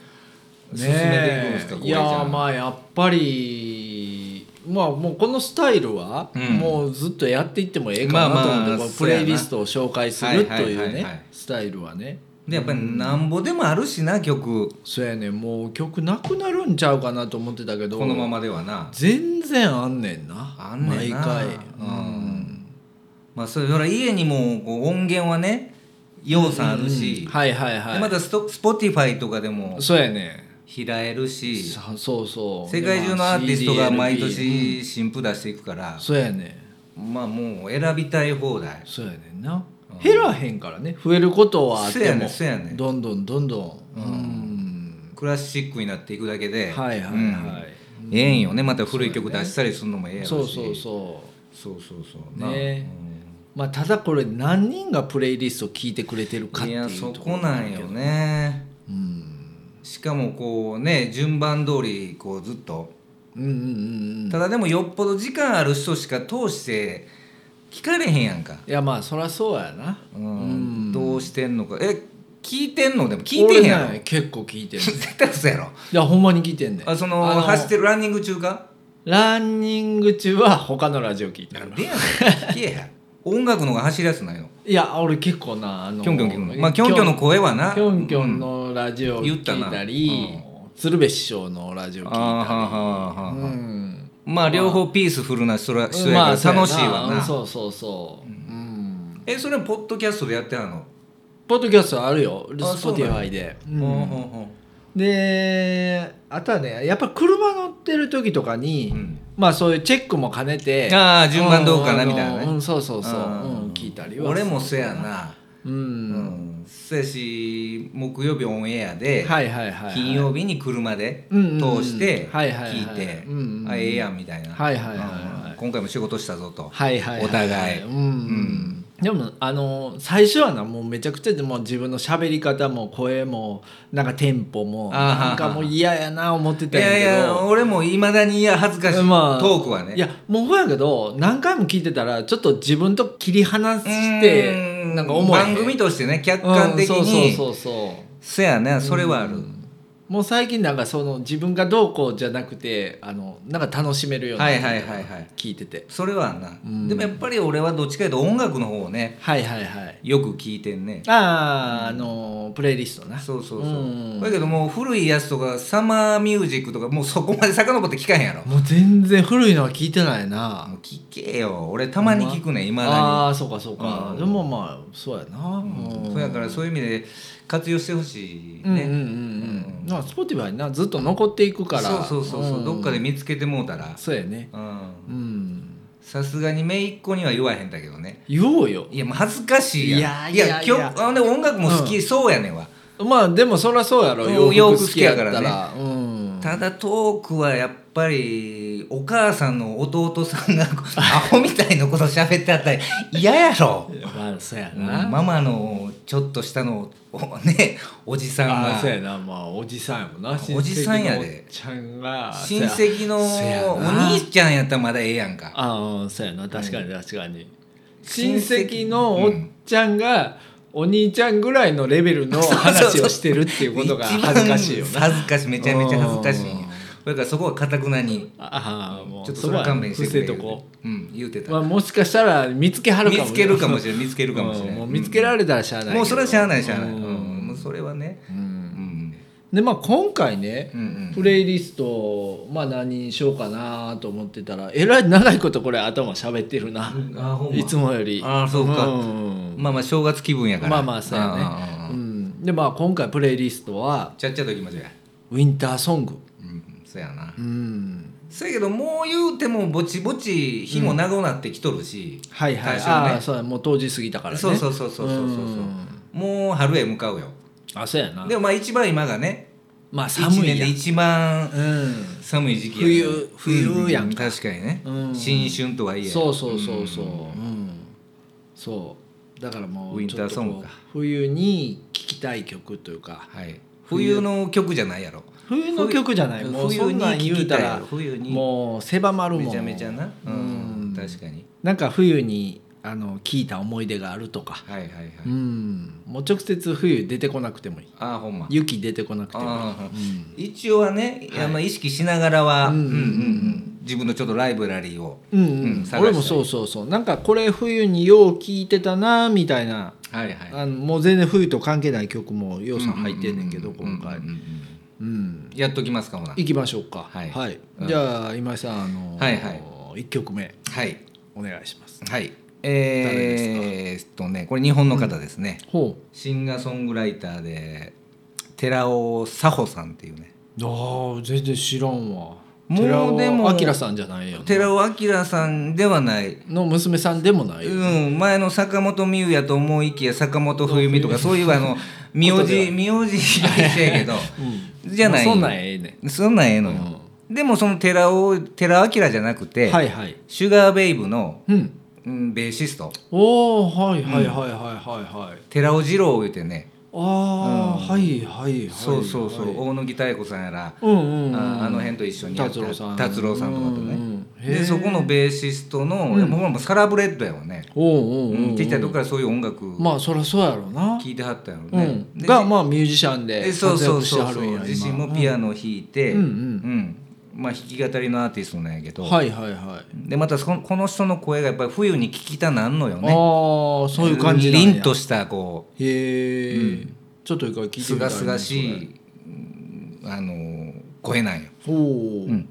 Speaker 1: 進めていくんですかこ
Speaker 2: ねえい
Speaker 1: れじ
Speaker 2: や
Speaker 1: ゃ
Speaker 2: ーまあやっぱりまあもうこのスタイルは、
Speaker 1: うん
Speaker 2: もうずっとやっていってもええかなと思って、
Speaker 1: まあまあ
Speaker 2: こうプ
Speaker 1: そうや
Speaker 2: レ
Speaker 1: な
Speaker 2: イリストを紹介するというね、
Speaker 1: はいはいはいはい
Speaker 2: スタイルはね
Speaker 1: でやっぱりなんぼでもあるしな曲
Speaker 2: そうやねもう曲なくなるんちゃうかなと思ってたけど
Speaker 1: このままではな
Speaker 2: 全然あんねんな
Speaker 1: あんねんな
Speaker 2: 毎回、
Speaker 1: うんまあそれそら家にもこう音源はね要素あるし
Speaker 2: うんはいはい
Speaker 1: で
Speaker 2: は
Speaker 1: またスト Spotify とかでも
Speaker 2: いそうやね
Speaker 1: 拾えるし
Speaker 2: さそうそう
Speaker 1: 世界中のアーティストが毎
Speaker 2: でまあ CDLP
Speaker 1: 年新譜出していくから
Speaker 2: そうやね
Speaker 1: まあもう選びたい放題
Speaker 2: そうやねんな減らへんからね増えることはあっ
Speaker 1: そう
Speaker 2: て
Speaker 1: や
Speaker 2: も
Speaker 1: ねそうやね
Speaker 2: どんどんどんどんうん
Speaker 1: クラシックになっていくだけで
Speaker 2: はいはい
Speaker 1: うん
Speaker 2: は
Speaker 1: ええんよねまた古い曲出したりするのもええや
Speaker 2: い
Speaker 1: ろし
Speaker 2: そうそうそう
Speaker 1: そうそうそう
Speaker 2: ね
Speaker 1: な
Speaker 2: まあただこれ何人がプレイリスト聞いてくれてるか
Speaker 1: う
Speaker 2: っ
Speaker 1: んい
Speaker 2: てい
Speaker 1: や
Speaker 2: う
Speaker 1: そ
Speaker 2: と
Speaker 1: こなんよね
Speaker 2: うん
Speaker 1: しかもこうね順番通りこうずっと
Speaker 2: うんうんうんうん
Speaker 1: ただでもよっぽど時間ある人しか通して聞かれへんやんか、
Speaker 2: いやまあそりゃそうやな
Speaker 1: うん
Speaker 2: うん
Speaker 1: どうしてんのかえ聞いてんのでも聞いてへんや
Speaker 2: 俺
Speaker 1: ろ
Speaker 2: ね結構聞いてる
Speaker 1: 絶対嘘やろ
Speaker 2: いやほんまに聞いてんねん
Speaker 1: あその走ってるランニング中か
Speaker 2: ランニング中は他のラジオ聞いて
Speaker 1: な
Speaker 2: る
Speaker 1: んでやねん聞けや音楽の方が走りやすないの
Speaker 2: いや俺結構なあの
Speaker 1: キョンキョン聞くのまあキョンキョンの声はな
Speaker 2: キョンキョンのラジオを聞いた
Speaker 1: 言っ
Speaker 2: り、
Speaker 1: た
Speaker 2: 鶴瓶師匠のラジオ
Speaker 1: あ
Speaker 2: 聞
Speaker 1: ー
Speaker 2: い
Speaker 1: は
Speaker 2: た
Speaker 1: あはあはあ
Speaker 2: り、うん、
Speaker 1: まあ両方ピースフルな人ら人や
Speaker 2: まあ
Speaker 1: から楽しいわ
Speaker 2: そうや
Speaker 1: な
Speaker 2: そうそうそう、うん
Speaker 1: えそれポッドキャストでやってはんの
Speaker 2: ポッドキャストあるよ
Speaker 1: あ
Speaker 2: ス
Speaker 1: そ
Speaker 2: ポ
Speaker 1: う
Speaker 2: ティ
Speaker 1: な
Speaker 2: フ
Speaker 1: の
Speaker 2: ァイで、う
Speaker 1: うん
Speaker 2: であとはねやっぱ車乗ってる時とかに、
Speaker 1: ん
Speaker 2: まあそういうチェックも兼ねて
Speaker 1: ああ順番どうかな
Speaker 2: うん
Speaker 1: みたいな
Speaker 2: う
Speaker 1: ね
Speaker 2: んそうそうそう、う
Speaker 1: あー
Speaker 2: ん、聞いたりは
Speaker 1: 俺もせやな
Speaker 2: うん、
Speaker 1: うんせやし木曜日オンエアで
Speaker 2: はいはいはい、はい、
Speaker 1: 金曜日に車で
Speaker 2: うんうんう
Speaker 1: 通
Speaker 2: ん
Speaker 1: して
Speaker 2: はいはいはい
Speaker 1: 聞いて
Speaker 2: うんうんうん
Speaker 1: あええやんみたいな
Speaker 2: はいはいはいはい
Speaker 1: うん今回も仕事したぞと
Speaker 2: はいはいはいはい
Speaker 1: お互い
Speaker 2: うん、でもあの最初はなもうめちゃくちゃでもう自分の喋り方も声もなんかテンポも
Speaker 1: あーはーはー
Speaker 2: なんかもう嫌やな思って
Speaker 1: い
Speaker 2: たんや
Speaker 1: やい
Speaker 2: け
Speaker 1: や
Speaker 2: ど
Speaker 1: 俺もいまだにいや恥ずかしいト
Speaker 2: まあ
Speaker 1: ークはね
Speaker 2: いやもうほやけど何回も聞いてたらちょっと自分と切り離して
Speaker 1: う
Speaker 2: なんか思えへん
Speaker 1: 番組としてね客観的に
Speaker 2: うんそうそうそうそう
Speaker 1: そやねそれはある
Speaker 2: もう最近なんかその自分がどうこうじゃなくてあのなんか楽しめるようになって
Speaker 1: はいはいはいはい
Speaker 2: 聞いてて
Speaker 1: それはあんな、
Speaker 2: うん
Speaker 1: でもやっぱり俺はどっちかというと音楽の方をね
Speaker 2: はいはいはい
Speaker 1: よく聞いてんね
Speaker 2: ああ、あのプレイリストな
Speaker 1: そうそうそう、
Speaker 2: うん
Speaker 1: だけどもう古いやつとかサマーミュージックとかもうそこまで遡って聞かへんやろ
Speaker 2: もう全然古いのは聞いてないな
Speaker 1: もう聞けよ俺たまに聞くねいまだ
Speaker 2: ああーそうかそうか、
Speaker 1: うん
Speaker 2: でもまあそうやな、
Speaker 1: に、そうやからそういう意味で活用してほしい
Speaker 2: うんうん
Speaker 1: ね、
Speaker 2: うんうん、うん、まあ Spotify になずっと残っていくから
Speaker 1: そうそうそうそう、
Speaker 2: ん
Speaker 1: どっかで見つけてもうたら
Speaker 2: そうやね
Speaker 1: うん
Speaker 2: うん
Speaker 1: さすがに姪っ子には言わへんだけどね
Speaker 2: 言おうよ
Speaker 1: いやもう恥ずかしいやん
Speaker 2: いやいやいや
Speaker 1: 曲あで音楽も好き、そうやねんわ
Speaker 2: まあでもそりゃそうやろ
Speaker 1: うん
Speaker 2: 洋服好きやったら
Speaker 1: 洋服好きやから
Speaker 2: うん
Speaker 1: ただトークはやっぱりお母さんの弟さんが アホみたいなこと喋ってあったら嫌やろ、
Speaker 2: まあそうや
Speaker 1: うん
Speaker 2: な、
Speaker 1: ママのちょっとしたのをねおじさん
Speaker 2: ああそう
Speaker 1: が
Speaker 2: やなまあおじさんやもんな
Speaker 1: おじさんやで
Speaker 2: 親戚のおっちゃんが
Speaker 1: 親戚のお
Speaker 2: そうやな
Speaker 1: 兄ちゃんやったらまだええやんか
Speaker 2: ああうんそうやな確かに確かに、
Speaker 1: 親
Speaker 2: 親
Speaker 1: 戚
Speaker 2: 戚のおっちゃんが、お兄ちゃんぐらいのレベル の話をしてるっていうことが
Speaker 1: 一番
Speaker 2: 恥ずかしいよな
Speaker 1: 恥ずかしいめちゃめちゃ恥ずかしいん
Speaker 2: うん
Speaker 1: よだからそこはかたくなに
Speaker 2: ああもう
Speaker 1: ちょっとそれは勘弁してく
Speaker 2: そ
Speaker 1: れ
Speaker 2: こは
Speaker 1: よ
Speaker 2: 伏せとこ
Speaker 1: うん言うて
Speaker 2: う、
Speaker 1: た、
Speaker 2: まあ、もしかしたら見つけはるかも
Speaker 1: 見つけるかもしれない見つけるかもしれない、
Speaker 2: うんもう見つけられたらしゃあないけど
Speaker 1: もうそれはしゃあないしゃあない、
Speaker 2: う
Speaker 1: うんんもうそれはね、
Speaker 2: う
Speaker 1: うんん
Speaker 2: でまあ今回ね、
Speaker 1: うんうん、
Speaker 2: プレイリストをまあ何にしようかなと思ってたらえらい長いことこれ頭喋ってるな、
Speaker 1: あほんま
Speaker 2: いつもより
Speaker 1: あーそうか
Speaker 2: ん
Speaker 1: まあまあ正月気分やから
Speaker 2: まあまあそうやね、うん、でまあ今回プレイリストは
Speaker 1: ちゃっちゃといきましょうや
Speaker 2: ウィンターソング
Speaker 1: うんそうやな、
Speaker 2: うん
Speaker 1: そうやけどもう言うてもぼちぼち日も長なってきとるし、
Speaker 2: はいはい、
Speaker 1: 多少
Speaker 2: あ
Speaker 1: ね
Speaker 2: あそうやもう当時過ぎたからね
Speaker 1: そうそうそうそうそうそうそうんもう春へ向かうよ
Speaker 2: あそうやな
Speaker 1: でもまあ一番今がね
Speaker 2: まあ寒
Speaker 1: 一年で
Speaker 2: いや
Speaker 1: 一番
Speaker 2: うん
Speaker 1: 寒い時期やから
Speaker 2: 冬冬やんか、
Speaker 1: 確かにね、
Speaker 2: うん
Speaker 1: 新春とはいえ
Speaker 2: そうそうそうそううんん、そうだからもう
Speaker 1: ウィンターソングか
Speaker 2: ちょっとこう冬に聴きたい曲というか
Speaker 1: はい、冬の曲じゃないやろ
Speaker 2: 冬の曲じゃないもうそんなん言うたら
Speaker 1: 冬に
Speaker 2: もう狭まるもん
Speaker 1: めちゃめちゃな、う
Speaker 2: うん
Speaker 1: ん、確かに
Speaker 2: なんか冬にあの聞いた思い出があるとか、
Speaker 1: はいはいはい、
Speaker 2: うんもう直接冬出てこなくてもいい
Speaker 1: ああほんま
Speaker 2: 雪出てこなくても
Speaker 1: あ
Speaker 2: い
Speaker 1: ー
Speaker 2: い、うん
Speaker 1: 一応はね、あの意識しながらは、
Speaker 2: うん
Speaker 1: うんうんうん自分のちょっとライブラリーを
Speaker 2: うん
Speaker 1: う
Speaker 2: うん
Speaker 1: ん、探したい
Speaker 2: 俺もそうそうそうなんかこれ冬によう聴いてたなみたいな
Speaker 1: はいはい
Speaker 2: あのもう全然冬と関係ない曲もようさん入ってんねんけど
Speaker 1: うう
Speaker 2: 今回
Speaker 1: うんうん
Speaker 2: うん
Speaker 1: うんやっときますかほな
Speaker 2: 行きましょうか
Speaker 1: はいうん
Speaker 2: じゃあ今井さんあの
Speaker 1: はいはい
Speaker 2: 1曲目
Speaker 1: はい
Speaker 2: お願いします
Speaker 1: はい
Speaker 2: 誰ですか
Speaker 1: えー、っとねこれ日本の方ですね、
Speaker 2: ほ
Speaker 1: シンガーソングライターで寺尾佐穂さんっていうね
Speaker 2: うああ全然知らんわ
Speaker 1: もうでも
Speaker 2: あきらさんじゃないよな
Speaker 1: 寺尾明さんではない
Speaker 2: の娘さんでもないよね
Speaker 1: うん、前の坂本美優やと思いきや坂本冬美とかそういうあ の名字名字が一緒やけどじゃない
Speaker 2: まあそんなんええね
Speaker 1: そんなんええのよ、でもその寺尾寺尾明じゃなくて、
Speaker 2: はいはい
Speaker 1: シュガーベイブの、
Speaker 2: うん
Speaker 1: うん、ベーシスト
Speaker 2: おおはいはいはいはいはいはい
Speaker 1: 寺尾二郎言うてね、
Speaker 2: ああはいはいはい
Speaker 1: そうそうそう、
Speaker 2: はい
Speaker 1: 大貫妙子さんやら、
Speaker 2: うんうんうん
Speaker 1: ああの辺と一緒にやった
Speaker 2: 達郎さん
Speaker 1: 達郎さんとかとね、
Speaker 2: うんうんへえ
Speaker 1: でそこのベーシストの、
Speaker 2: うん
Speaker 1: もうもうサラブレッドやわね、
Speaker 2: おうおうお
Speaker 1: う
Speaker 2: うんおう
Speaker 1: って言ったらどっからそういう音楽
Speaker 2: まあそりゃそうやろうな
Speaker 1: 聞いてはったやろね、
Speaker 2: うん、
Speaker 1: で
Speaker 2: がまあミュージシャンで
Speaker 1: え
Speaker 2: 活
Speaker 1: そうそ
Speaker 2: 躍
Speaker 1: う
Speaker 2: して
Speaker 1: そう
Speaker 2: は
Speaker 1: そ
Speaker 2: る
Speaker 1: うん
Speaker 2: や今
Speaker 1: 自身もピアノを弾いて、
Speaker 2: うんうん
Speaker 1: うんまあ、弾き語りのアーティストなんやけど、
Speaker 2: はいはいはい、
Speaker 1: でまたそのこの人の声がやっぱり冬に聞きたなんのよね
Speaker 2: ああそういう感じなんや
Speaker 1: 凛としたこ
Speaker 2: へえ、ちょっと一回聞いて
Speaker 1: う
Speaker 2: み
Speaker 1: す
Speaker 2: たい
Speaker 1: がすがし
Speaker 2: い
Speaker 1: い、うんあのー声なんよ。
Speaker 2: おお、
Speaker 1: うん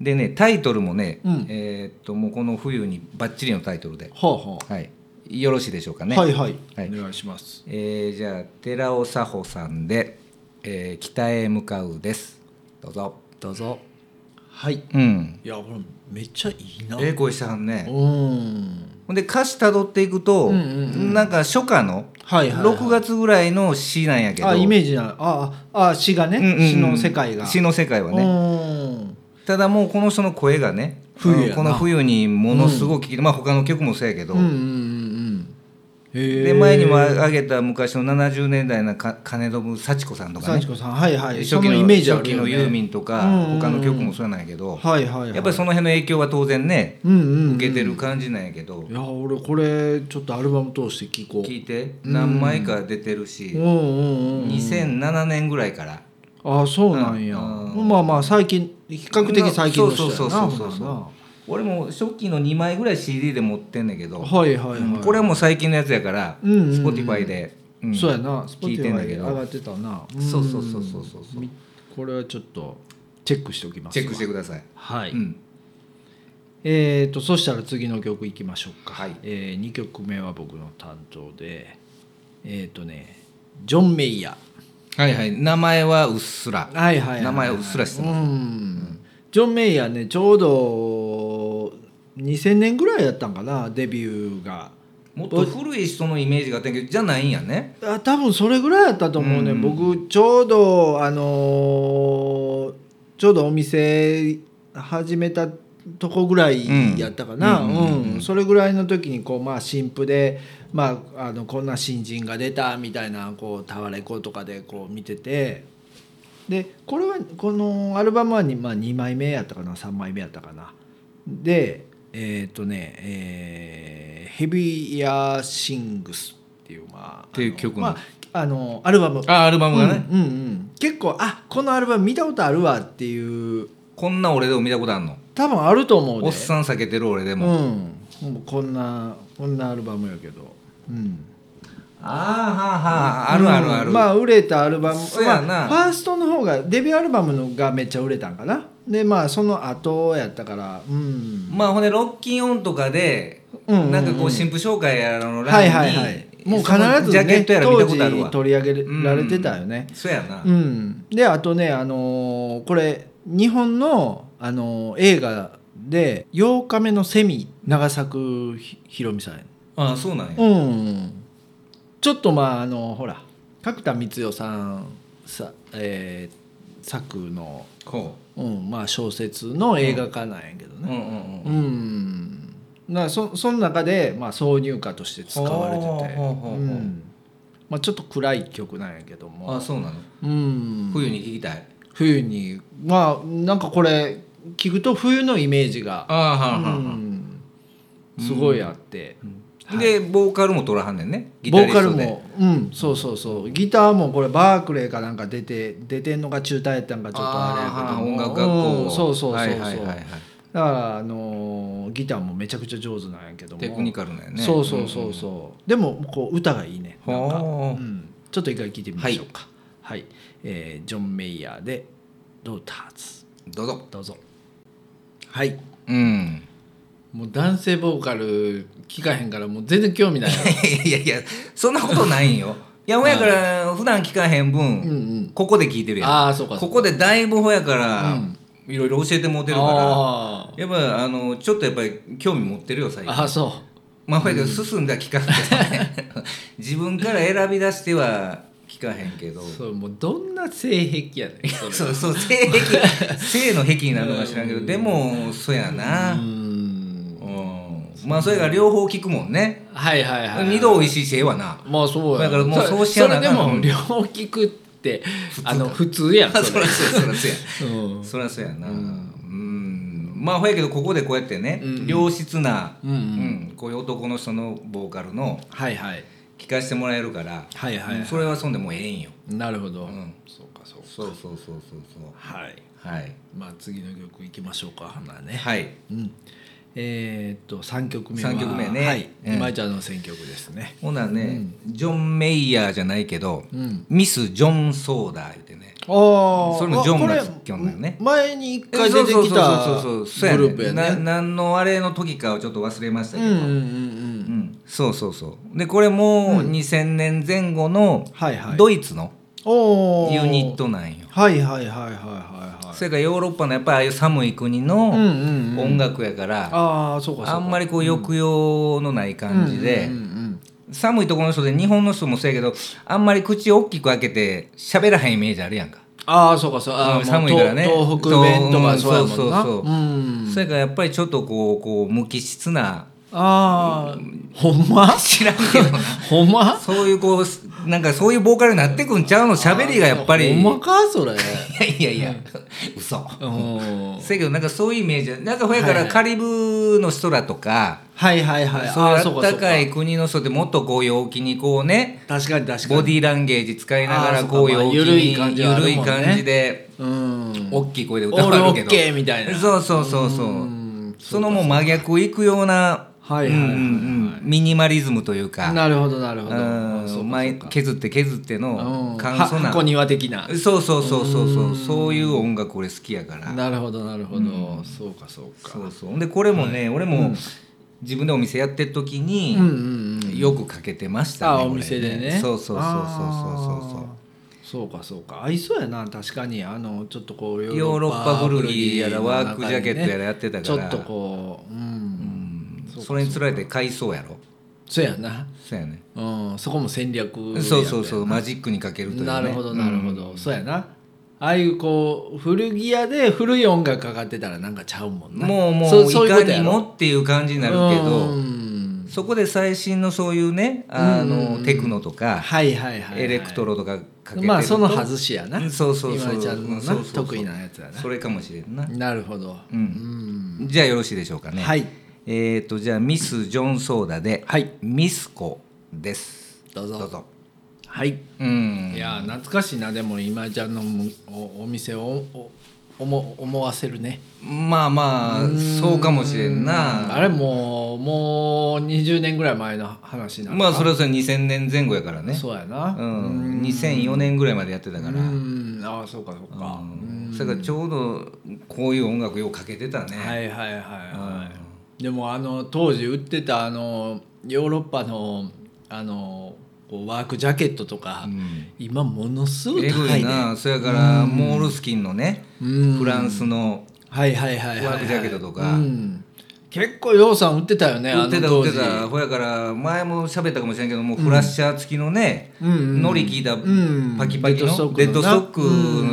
Speaker 1: でねタイトルもね、
Speaker 2: うん
Speaker 1: えーっともうこの冬にバッチリのタイトルで、
Speaker 2: はあは
Speaker 1: はい、よろしいでしょうか
Speaker 2: あ、
Speaker 1: ね。
Speaker 2: はいはい、
Speaker 1: はい
Speaker 2: お願いします
Speaker 1: えーじゃあ寺尾佐穂さんで、えー北へ向かう」です。どうぞ。
Speaker 2: どうぞはいい
Speaker 1: うん、
Speaker 2: やこれめっちゃいいな
Speaker 1: ええ声したはんね。
Speaker 2: うん
Speaker 1: ほんで歌詞たどっていくと、
Speaker 2: うんうんうん
Speaker 1: なんか初夏の
Speaker 2: はいはい、はい、
Speaker 1: 6月ぐらいの詩なんやけど、
Speaker 2: あイメージなあああ詩がね、
Speaker 1: うんうんうん
Speaker 2: 詩の世界が
Speaker 1: 詩の世界はね、
Speaker 2: ね
Speaker 1: ただもうこの人の声がね
Speaker 2: 冬やな
Speaker 1: うんこの冬にものすごく聞いて、まあ他の曲もそうやけど、
Speaker 2: うんうんうんうんへえ
Speaker 1: で前にも挙げた昔の70年代のか金信幸子さんとか
Speaker 2: サ
Speaker 1: ね
Speaker 2: チコさんはいはい
Speaker 1: 初期
Speaker 2: そ
Speaker 1: の
Speaker 2: イメージあ
Speaker 1: 初期
Speaker 2: るよ、ね、
Speaker 1: のユーミンとか、
Speaker 2: うんうんうん
Speaker 1: 他の曲もそうなんやけど、
Speaker 2: はいはい、はい、
Speaker 1: やっぱりその辺の影響は当然ね
Speaker 2: うんうんうん、
Speaker 1: 受けてる感じなんやけど、
Speaker 2: いや俺これちょっとアルバム通して聴こう
Speaker 1: 聞いて何枚か出てるし、
Speaker 2: うんうんうんうん
Speaker 1: 2007年ぐらいから。
Speaker 2: ああそうなんや、
Speaker 1: うんうん
Speaker 2: まあまあ最近比較的最近の人やな
Speaker 1: そうそうそうそうそう
Speaker 2: ほんならな
Speaker 1: 俺も初期の2枚ぐらい CD で持ってんねんけど、
Speaker 2: はいはいはい、
Speaker 1: これはもう最近のやつやから、
Speaker 2: うんうんうん
Speaker 1: Spotify で、うん
Speaker 2: そうやな
Speaker 1: 聞いてんだけ
Speaker 2: Spotify
Speaker 1: ど
Speaker 2: 上がってたな
Speaker 1: そうそうそうそうそうそうん
Speaker 2: みこれはちょっとチェックしておきます
Speaker 1: チェックして
Speaker 2: く
Speaker 1: ください、
Speaker 2: はい、
Speaker 1: うん
Speaker 2: えー、とそしたら次の曲いきましょうか、
Speaker 1: はい
Speaker 2: え2曲目は僕の担当でえっ、とねジョン・メイヤ
Speaker 1: はいはい名前はうっすら
Speaker 2: ーはいはいはいはい
Speaker 1: 名前をうっすらしてます
Speaker 2: うんジョン・メイヤーねちょうど2000年ぐらいやったんかなデビューが
Speaker 1: もっと古い人のイメージがあったんやけどじゃないんやね
Speaker 2: あ多分それぐらいやったと思うね、
Speaker 1: うん
Speaker 2: 僕ちょうどあのーちょうどお店始めたとこぐらいやったかな、
Speaker 1: う
Speaker 2: うんん
Speaker 1: うんうんうん
Speaker 2: それぐらいの時にこうまあ新婦で、まあ、あのこんな新人が出たみたいなこうタワレコとかでこう見ててでこれはこのアルバムはに、まあ、2枚目やったかな3枚目やったかなでえっ、とね、えーヘビーヤーシングス」っていうまあ
Speaker 1: っていう曲な
Speaker 2: あ
Speaker 1: の
Speaker 2: の、まあ、あのアルバム
Speaker 1: あアルバムがね、
Speaker 2: うんうんうん、結構あこのアルバム見たことあるわっていう
Speaker 1: こんな俺でも見たことあんの
Speaker 2: 多分あると思うで
Speaker 1: おっさん避けてる俺で
Speaker 2: うん
Speaker 1: も、
Speaker 2: もうこんなこんなアルバムやけどうん
Speaker 1: ああはあはああるあるある、
Speaker 2: うんまあ売れたアルバム
Speaker 1: そうやな
Speaker 2: まあファーストの方がデビューアルバムのがめっちゃ売れたんかなでまあその後やったからうん、
Speaker 1: まあほんでロッキンオンとかで、
Speaker 2: うんうんうん
Speaker 1: なんかこう新婦紹介やらのラ
Speaker 2: は
Speaker 1: イ
Speaker 2: い
Speaker 1: ンに、
Speaker 2: はいはいもう必
Speaker 1: そ
Speaker 2: ず、ね、
Speaker 1: のジャケットやら見たことある
Speaker 2: 当
Speaker 1: わ
Speaker 2: 時取り上げられてたよね、
Speaker 1: そうやな、
Speaker 2: うんであとね、あのーこれ日本の、あのー映画で「8日目のセミ」長作ひひろみさんや
Speaker 1: ああそうなんや、
Speaker 2: うんちょっとまああのほら角田光代さんさ、えー作の、
Speaker 1: こ
Speaker 2: うんまあ、小説の映画化なんやけど
Speaker 1: う、うん
Speaker 2: ね
Speaker 1: うんうん
Speaker 2: うん、なそその中で、まあ、挿入歌として使われて
Speaker 1: ほう
Speaker 2: て、
Speaker 1: ほうほうほう
Speaker 2: うんまあ、ちょっと暗い曲なんやけども
Speaker 1: ああそうなの
Speaker 2: うん
Speaker 1: 冬に聞きたい、
Speaker 2: 冬にまあなんかこれ聞くと冬のイメージが、
Speaker 1: ああは
Speaker 2: う
Speaker 1: あはあはあ
Speaker 2: ん、すごいあって、はい
Speaker 1: でボーカルも取らはんねんねギタ
Speaker 2: ボ
Speaker 1: リ
Speaker 2: ー
Speaker 1: ス
Speaker 2: カ
Speaker 1: トで
Speaker 2: ルもうんそうそうそうギターもこれバークレーかなんか出て出てんのが中退やったんかちょっとあ
Speaker 1: ああ
Speaker 2: れ
Speaker 1: 音
Speaker 2: やけども
Speaker 1: 楽学校、
Speaker 2: うんそうそうそうそう、
Speaker 1: はいはいはいはい
Speaker 2: だからあのーギターもめちゃくちゃ上手なんやけども
Speaker 1: テクニカルなんやね
Speaker 2: そうそうそうそう、でもこう歌がいいねなんか、う、
Speaker 1: ほうん
Speaker 2: ちょっと一回聞いてみましょうかはい、えージョン・メイヤーで「ドーターズ」
Speaker 1: どうぞ
Speaker 2: どうぞはい
Speaker 1: うん
Speaker 2: もう男性ボーカル聞かへんからもう全然興味ない
Speaker 1: いやいやそんなことないんよいやほやから普段聞かへん分、
Speaker 2: うんうん
Speaker 1: ここで聞いてるやん
Speaker 2: ああそうかそう
Speaker 1: ここ
Speaker 2: か
Speaker 1: でだいぶほやか
Speaker 2: う
Speaker 1: ら
Speaker 2: ん
Speaker 1: いろいろ教えてもうてるから
Speaker 2: あ
Speaker 1: やっぱあのちょっとやっぱり興味持ってるよ最
Speaker 2: ー
Speaker 1: 近
Speaker 2: あーそ
Speaker 1: まあほやけど進んだら聞かんけどね自分から選び出しては聞かへんけど
Speaker 2: うそうもうどんな性癖やねんそれ
Speaker 1: そうそう性癖性の癖になるのか知らんけどでもそうやな
Speaker 2: うーん
Speaker 1: うんまあそれが両方聞くもんね
Speaker 2: はいはいはい
Speaker 1: 二度美味しい性はな
Speaker 2: まあそうや
Speaker 1: だからもう
Speaker 2: そ
Speaker 1: そうしやなあ
Speaker 2: それ
Speaker 1: か
Speaker 2: で
Speaker 1: ん
Speaker 2: も両聞くってあの普通やん
Speaker 1: そらそうやそらそうや
Speaker 2: うん
Speaker 1: そりゃそうやなうんまあほやけどここでこうやってね、
Speaker 2: うん
Speaker 1: 良質な、
Speaker 2: うんう
Speaker 1: うん
Speaker 2: ん
Speaker 1: こういう男の人のボーカルの
Speaker 2: はいはい
Speaker 1: 聞かせてもらえるから、
Speaker 2: はいはいはい
Speaker 1: それはそんでもうええんよ
Speaker 2: なるほど
Speaker 1: ん
Speaker 2: そうかそうか
Speaker 1: そうそうそうそうそう
Speaker 2: はい
Speaker 1: はい
Speaker 2: まあ次の曲いきましょうか花ね
Speaker 1: はい
Speaker 2: うんえーっと3曲目は
Speaker 1: 三曲目ね
Speaker 2: はい
Speaker 1: うん
Speaker 2: 今井ちゃんの選曲ですね
Speaker 1: ほなね、ジョン・メイヤーじゃないけど、
Speaker 2: うん
Speaker 1: ミス・ジョン・ソーダ言うてね
Speaker 2: ああ
Speaker 1: それのジョンが聞きよんだよね
Speaker 2: 前に一回出てき
Speaker 1: そ
Speaker 2: た
Speaker 1: うそうそうそうそうや
Speaker 2: グ
Speaker 1: ね
Speaker 2: ループや
Speaker 1: な
Speaker 2: ね
Speaker 1: 何のあれの時かをちょっと忘れました
Speaker 2: うん
Speaker 1: け
Speaker 2: う
Speaker 1: ど、
Speaker 2: んうん
Speaker 1: う
Speaker 2: うん
Speaker 1: んそうそうそうでこれも2000年前後の
Speaker 2: はいはい
Speaker 1: ドイツの
Speaker 2: おー
Speaker 1: ユニットなんよ、
Speaker 2: はいはいはいはいはいはい
Speaker 1: それからヨーロッパのやっぱりああいう寒い国
Speaker 2: うん
Speaker 1: の
Speaker 2: うんうん
Speaker 1: 音楽やから、
Speaker 2: ああそうかそうか
Speaker 1: あんまりこう抑揚のない感じで、
Speaker 2: うんうんうん
Speaker 1: 寒いところの人で日本の人もそうやけどあんまり口大きく開けて喋らへんイメージあるやんか、
Speaker 2: ああそうかそうあ
Speaker 1: う
Speaker 2: あ
Speaker 1: ん寒いからね
Speaker 2: 東北弁とかそうや
Speaker 1: そ
Speaker 2: もんな
Speaker 1: うそうそう
Speaker 2: うん
Speaker 1: それからやっぱりちょっとこうこう無機質な
Speaker 2: ああほんま
Speaker 1: 知らんけどな
Speaker 2: ほん ま
Speaker 1: そういうこうなんかそういうボーカルになってくんちゃうの喋りがやっぱり
Speaker 2: ほんまかそれ
Speaker 1: いやいやいや、嘘
Speaker 2: うん
Speaker 1: せやけどなんかそういうイメージなんかほやか
Speaker 2: はい
Speaker 1: ら
Speaker 2: はい
Speaker 1: カリブの人らとか、
Speaker 2: はいはいはい
Speaker 1: そういう
Speaker 2: あー
Speaker 1: あ
Speaker 2: そう
Speaker 1: っ
Speaker 2: か
Speaker 1: た
Speaker 2: そうか
Speaker 1: かい国の人ってもっとこう陽気にこうね
Speaker 2: 確かに確かに
Speaker 1: ボディーランゲージ使いなが
Speaker 2: あー
Speaker 1: ら
Speaker 2: そうか
Speaker 1: こう
Speaker 2: まあ
Speaker 1: 陽気
Speaker 2: 緩
Speaker 1: に
Speaker 2: い感じはあるもん
Speaker 1: 緩
Speaker 2: ね
Speaker 1: い感じで
Speaker 2: うん
Speaker 1: 大きい声で
Speaker 2: オ
Speaker 1: 歌
Speaker 2: ー
Speaker 1: わ
Speaker 2: ル
Speaker 1: れ
Speaker 2: オ
Speaker 1: るけ
Speaker 2: ッ
Speaker 1: ど
Speaker 2: ケーみたいな
Speaker 1: そうそうそうそう
Speaker 2: うん
Speaker 1: そのもう真逆をいくような
Speaker 2: はいはいはいはい
Speaker 1: うんうんうんミニマリズムというか
Speaker 2: なるほどなるほど
Speaker 1: うん
Speaker 2: そうか
Speaker 1: 前
Speaker 2: そうか
Speaker 1: 削って削って
Speaker 2: う
Speaker 1: の
Speaker 2: ん
Speaker 1: 簡素
Speaker 2: は
Speaker 1: な
Speaker 2: 箱庭的な
Speaker 1: そうそうそうそうそううんそういう音楽俺好きやから
Speaker 2: なるほどなるほどそうかそうか
Speaker 1: そうそうほんでこれもね、俺も自分でお店やってる時に、
Speaker 2: うんうんうん
Speaker 1: よくかけてましたね
Speaker 2: あ
Speaker 1: 俺
Speaker 2: お店でね
Speaker 1: そうそうそうそうそうそう
Speaker 2: あーそうかそうか合いそうやな確かにあのちょっとこう
Speaker 1: ヨーロッパ古着やら
Speaker 2: の中に
Speaker 1: ワークジャケットやらやってたから
Speaker 2: ちょっとこううん、
Speaker 1: それにつられて買いそうやろ
Speaker 2: そうやな、
Speaker 1: そうやね
Speaker 2: うん、そこも戦略やったよな
Speaker 1: そうそうそうマジックにかけるというね
Speaker 2: なるほどなるほど、
Speaker 1: うん
Speaker 2: そうやなああいうこう古着屋で古い音楽かかってたらなんかちゃうもんな
Speaker 1: もうも
Speaker 2: そうそう
Speaker 1: い
Speaker 2: いうこ
Speaker 1: か
Speaker 2: とや
Speaker 1: に
Speaker 2: ろ
Speaker 1: もっていう感じになるけ
Speaker 2: う
Speaker 1: ど
Speaker 2: ん
Speaker 1: そこで最新のそういうねあ
Speaker 2: うんうんう
Speaker 1: の
Speaker 2: ん
Speaker 1: テクノとか
Speaker 2: はいはいはい、はい、
Speaker 1: エレクトロとかかけてると
Speaker 2: まあその外しやな
Speaker 1: うんそうそうそう
Speaker 2: 今井ちゃんのな
Speaker 1: うんそうそうそう
Speaker 2: 得意なやつやな
Speaker 1: それかもしれんな
Speaker 2: なるほど
Speaker 1: うん
Speaker 2: ん
Speaker 1: じゃあよろしいでしょうかね
Speaker 2: はい
Speaker 1: えー、とじゃあミス・ジョン・ソーダで、
Speaker 2: はい
Speaker 1: ミスコです
Speaker 2: どうぞ
Speaker 1: どうぞ
Speaker 2: はい
Speaker 1: うん
Speaker 2: いやー懐かしいなでも今井ちゃんのおお店をおおも思わせるね
Speaker 1: まあまあそうかもしれんな
Speaker 2: あれもうもう20年ぐらい前の話なの
Speaker 1: まあそれはそれ2000年前後やからね
Speaker 2: そうやな
Speaker 1: うん、2004年ぐらいまでやってたから、
Speaker 2: う
Speaker 1: うん
Speaker 2: んああそうかそうかうん
Speaker 1: それからちょうどこういう音楽ようかけてたね、
Speaker 2: はいはいはいはいでもあの当時売ってたあのヨーロッパのあのこうワークジャケットとか、
Speaker 1: うん
Speaker 2: 今ものすごい
Speaker 1: え
Speaker 2: 高
Speaker 1: ぐ
Speaker 2: い
Speaker 1: い
Speaker 2: ね
Speaker 1: なそやからモールスキンのね
Speaker 2: うん
Speaker 1: フランスの
Speaker 2: はいはいはいはいはい
Speaker 1: ワークジャケットとか
Speaker 2: うん結構洋さん売ってたよね
Speaker 1: 売ってた
Speaker 2: あの
Speaker 1: 売っ
Speaker 2: 当
Speaker 1: て
Speaker 2: 時
Speaker 1: たほやから前も喋ったかもしれんけどもフラッシャー付きのね、
Speaker 2: うんうん
Speaker 1: のり聞いた
Speaker 2: ん
Speaker 1: パキパキの
Speaker 2: レ
Speaker 1: レッ
Speaker 2: ッ
Speaker 1: ド
Speaker 2: ドソ
Speaker 1: ソ
Speaker 2: ッ
Speaker 1: ッ
Speaker 2: ク
Speaker 1: ク
Speaker 2: の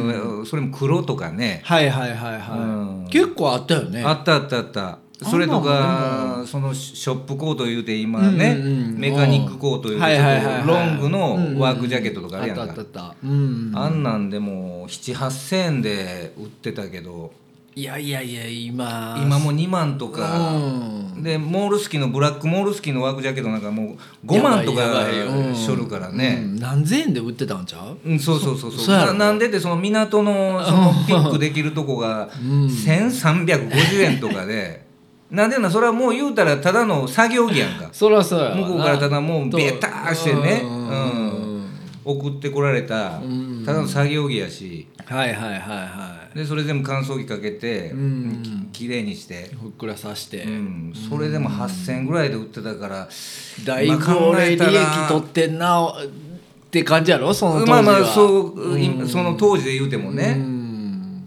Speaker 1: それも黒とかね
Speaker 2: はいはいはいはい、
Speaker 1: うん
Speaker 2: 結構あったよね
Speaker 1: あったあったあったそれとかそのショップコートいうて今ね
Speaker 2: うんうんうん
Speaker 1: メカニックコートいう
Speaker 2: はいはいはい
Speaker 1: て
Speaker 2: はい
Speaker 1: ロング
Speaker 2: うんうん
Speaker 1: のワークジャケットとかあるやん
Speaker 2: あったあ
Speaker 1: か
Speaker 2: ったあったうん
Speaker 1: あんなんでもう7,8,000円で売ってたけど
Speaker 2: いやいやいや今
Speaker 1: 今もう2万と
Speaker 2: う
Speaker 1: か
Speaker 2: ん
Speaker 1: でモールスキーのブラックモールスキーのワークジャケットなんかもう5万とか
Speaker 2: やばいやばいうん
Speaker 1: しょるからね
Speaker 2: うん何千円で売ってたんちゃう
Speaker 1: うん、そうそうそうそう
Speaker 2: そうやろ
Speaker 1: ななんでってその港のそのピックできるとこが1350円とか でなんでなそれはもう言うたらただの作業着やんか
Speaker 2: そらそうやわな
Speaker 1: 向こうからただもうベターしてね
Speaker 2: うん
Speaker 1: 送ってこられた
Speaker 2: うん
Speaker 1: ただの作業着やし
Speaker 2: はいはいはいはい
Speaker 1: でそれ全部乾燥機かけて
Speaker 2: うん
Speaker 1: ききれいにして、
Speaker 2: ふっくらさして、
Speaker 1: うん、それでも8,000円ぐらいで売ってたから
Speaker 2: だいぶ
Speaker 1: 今考
Speaker 2: 俺
Speaker 1: え
Speaker 2: 利
Speaker 1: たら
Speaker 2: 益取ってんなって感じやろその当時
Speaker 1: ま
Speaker 2: は
Speaker 1: あまあそういその当時で言うてもね、
Speaker 2: うん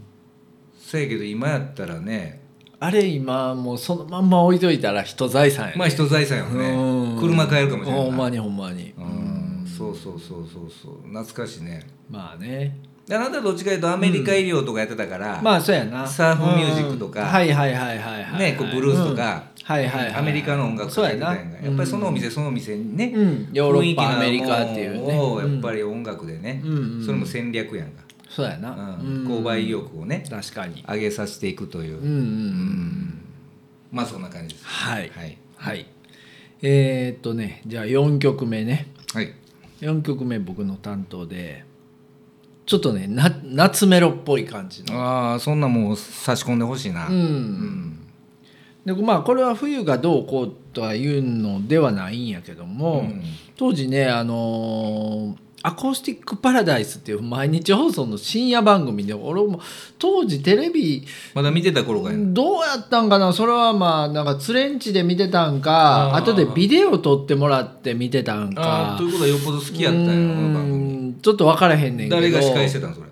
Speaker 1: そうやけど今やったらね
Speaker 2: あれ今もうそのまんま置いといたら人財産や
Speaker 1: まあ人財産よ
Speaker 2: うん
Speaker 1: ね車買えるかもしれない
Speaker 2: ほんまにほんまに
Speaker 1: うんそうそうそうそうそう懐かしいね
Speaker 2: まあね
Speaker 1: であなたどっちかというとアメリカ医療とかやってたから、
Speaker 2: まあそうやな
Speaker 1: サーフミュージックとか
Speaker 2: うんはいはいはいはいはい
Speaker 1: ねこうブルースとか、
Speaker 2: うんはいはいはいはい
Speaker 1: アメリカの音楽
Speaker 2: そう
Speaker 1: か
Speaker 2: や
Speaker 1: けて
Speaker 2: な
Speaker 1: たやんかやっぱりそのお店そのお店にね、
Speaker 2: うんヨーロ
Speaker 1: 雰
Speaker 2: ッ
Speaker 1: 囲気の
Speaker 2: パアメリカっていうね
Speaker 1: ものをやっぱり音楽でね、
Speaker 2: うんうん
Speaker 1: それも戦略やんか、
Speaker 2: そうや
Speaker 1: う
Speaker 2: なんうん
Speaker 1: 購買意欲をね
Speaker 2: 確かに
Speaker 1: 上げさせていくという、
Speaker 2: うんうんうん
Speaker 1: まあそんな感じです
Speaker 2: はい
Speaker 1: はい、
Speaker 2: はいえーっとねじゃあ4曲目ね
Speaker 1: はい、
Speaker 2: 4曲目僕の担当でちょっとねな夏メロっぽい感じの
Speaker 1: ああそんなもう差し込んでほしいな、
Speaker 2: うん、でまあこれは冬がどうこうとは言うのではないんやけども、
Speaker 1: うん
Speaker 2: 当時ねあのーアコースティック・パラダイス」っていう毎日放送の深夜番組で俺も当時テレビ
Speaker 1: まだ見てた頃かいな
Speaker 2: どうやったんかなそれはまあなんかツレンチで見てたんか
Speaker 1: あー
Speaker 2: 後でビデオ撮ってもらって見てたん
Speaker 1: あ
Speaker 2: か
Speaker 1: あということはよっぽど好きやったんや
Speaker 2: う
Speaker 1: こ
Speaker 2: ー
Speaker 1: の番組
Speaker 2: んちょっと分からへんねんけど
Speaker 1: 誰が司会してたんそれ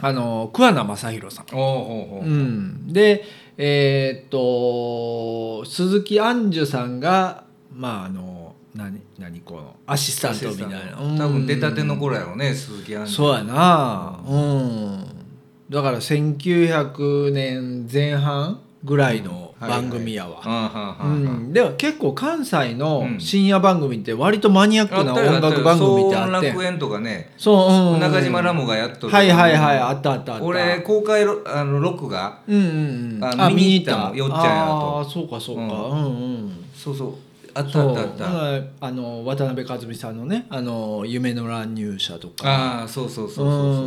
Speaker 2: あの桑名正宏さん
Speaker 1: おお
Speaker 2: うん、でえーっと鈴木杏樹さんがまああの何何このアシスタントみたいなうん
Speaker 1: 多分出たての頃やろうね鈴木杏樹
Speaker 2: そうやなうんだから1900年前半ぐらいの
Speaker 1: はいはい
Speaker 2: 番組やわ。
Speaker 1: あ
Speaker 2: う
Speaker 1: ーはーはーはー
Speaker 2: ん、では結構関西の
Speaker 1: うん
Speaker 2: 深夜番組って割とマニアックな
Speaker 1: あったよ
Speaker 2: 音楽番組ってあっ
Speaker 1: 騒音
Speaker 2: て
Speaker 1: 楽園とかね
Speaker 2: そう、うんうん、
Speaker 1: 中島ラモがやっとる
Speaker 2: はいはいはいあったあったあった
Speaker 1: 俺公開ロあのロックが
Speaker 2: うんうんうん
Speaker 1: あの見に行ったもんよっちゃんやと
Speaker 2: あーそうかそうか、うん、うん
Speaker 1: そうそうあった
Speaker 2: そ
Speaker 1: あ
Speaker 2: う
Speaker 1: ったあった
Speaker 2: だからあの渡辺和美さんのねあの夢の乱入者とか
Speaker 1: ああそうそうそうそうそう
Speaker 2: う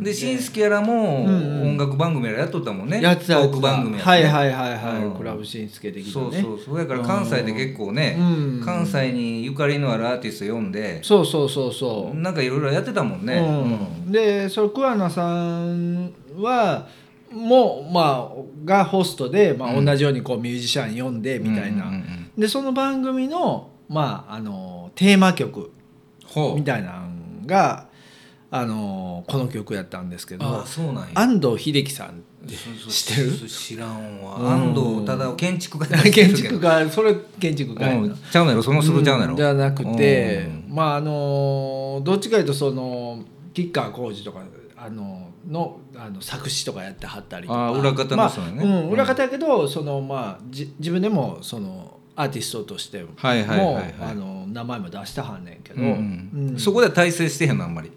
Speaker 2: ん
Speaker 1: で新助やらも
Speaker 2: うんうん
Speaker 1: 音楽番組やらやっとったもんね
Speaker 2: やつやつ
Speaker 1: トーク番組や
Speaker 2: はい
Speaker 1: い
Speaker 2: はいはいはい、
Speaker 1: うん
Speaker 2: クラブしんすけ的な
Speaker 1: そう
Speaker 2: ね
Speaker 1: そうそうだから関西で結構ね
Speaker 2: うん
Speaker 1: 関西にゆかりのあるアーティスト呼んで
Speaker 2: そうそうそうそう
Speaker 1: なんかいろいろやってたもんね
Speaker 2: うん、でその桑名さんはもうまあがホストで、まあ、
Speaker 1: うん
Speaker 2: 同じようにこうミュージシャン呼んでみたいな、
Speaker 1: うんうんうん
Speaker 2: でその番組の,、まあ、あのテーマ曲
Speaker 1: ほう
Speaker 2: みたいなのがあのこの曲やったんですけ
Speaker 1: あ
Speaker 2: ど
Speaker 1: あそうなんや
Speaker 2: 安藤秀樹さん
Speaker 1: そうそう
Speaker 2: 知ってる
Speaker 1: そう知らんわ
Speaker 2: うん
Speaker 1: 安藤忠雄 建築家
Speaker 2: 建築家それ建築家やな
Speaker 1: うんちゃうのやろそのすぐちゃうのやろ
Speaker 2: んじゃなくて
Speaker 1: うん
Speaker 2: まああのどっちかというとその吉川晃司とかあののあの作詞とかやってはったりとか
Speaker 1: あー裏方の人だね
Speaker 2: まあうん
Speaker 1: うん
Speaker 2: 裏方やけど、そのまあじ自分でもそのアーティストとしても、
Speaker 1: はいはいはいはい
Speaker 2: あの名前も出したはんねんけど、
Speaker 1: うんうん
Speaker 2: うん
Speaker 1: そこでは大成してへんのあんまり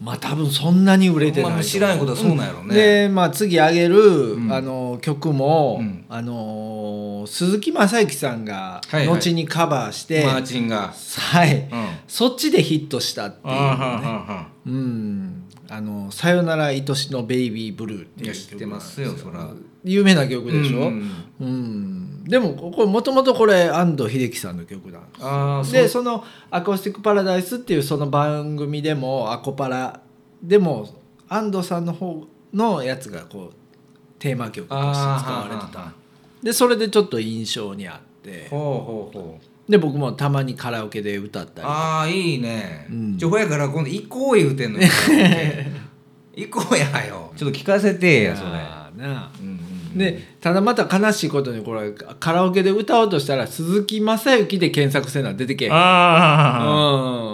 Speaker 2: まあ多分そんなに売れてないと思う
Speaker 1: まあ知らんことはそうなんやろね
Speaker 2: んでまあ次上げる、
Speaker 1: うん
Speaker 2: あの曲も、
Speaker 1: うん
Speaker 2: あの鈴木雅之さんが
Speaker 1: はいはい
Speaker 2: 後にカバーして、
Speaker 1: マーチンが
Speaker 2: はい
Speaker 1: うん
Speaker 2: そっちでヒットしたっていう
Speaker 1: ああは
Speaker 2: ね
Speaker 1: んはんはん
Speaker 2: うんあの「さよなら愛しのベイビーブルー」って
Speaker 1: い
Speaker 2: い
Speaker 1: や
Speaker 2: う
Speaker 1: 知っ
Speaker 2: 曲
Speaker 1: て
Speaker 2: なん
Speaker 1: ま
Speaker 2: です
Speaker 1: よそら
Speaker 2: 有名な曲でしょ、う
Speaker 1: うんん
Speaker 2: でもここもともとこれ安藤秀樹さんの曲なん
Speaker 1: ああ
Speaker 2: でその「アコースティック・パラダイス」っていうその番組でも「アコパラ」でも安藤さんの方のやつがこうテーマ曲として使わ
Speaker 1: あ
Speaker 2: れて
Speaker 1: ーはんはんは
Speaker 2: た
Speaker 1: ん
Speaker 2: でそれでちょっと印象にあって
Speaker 1: ほうほうほう
Speaker 2: で僕もたまにカラオケで歌ったり
Speaker 1: ああいいね、
Speaker 2: うん
Speaker 1: ちょほやから今度行こう言うてんの に行こうやよちょっと聞かせてやそれ、
Speaker 2: あーなあ
Speaker 1: うんうん
Speaker 2: でただまた悲しいことにこれカラオケで歌おうとしたら鈴木雅之で検索せな出てけへん
Speaker 1: あ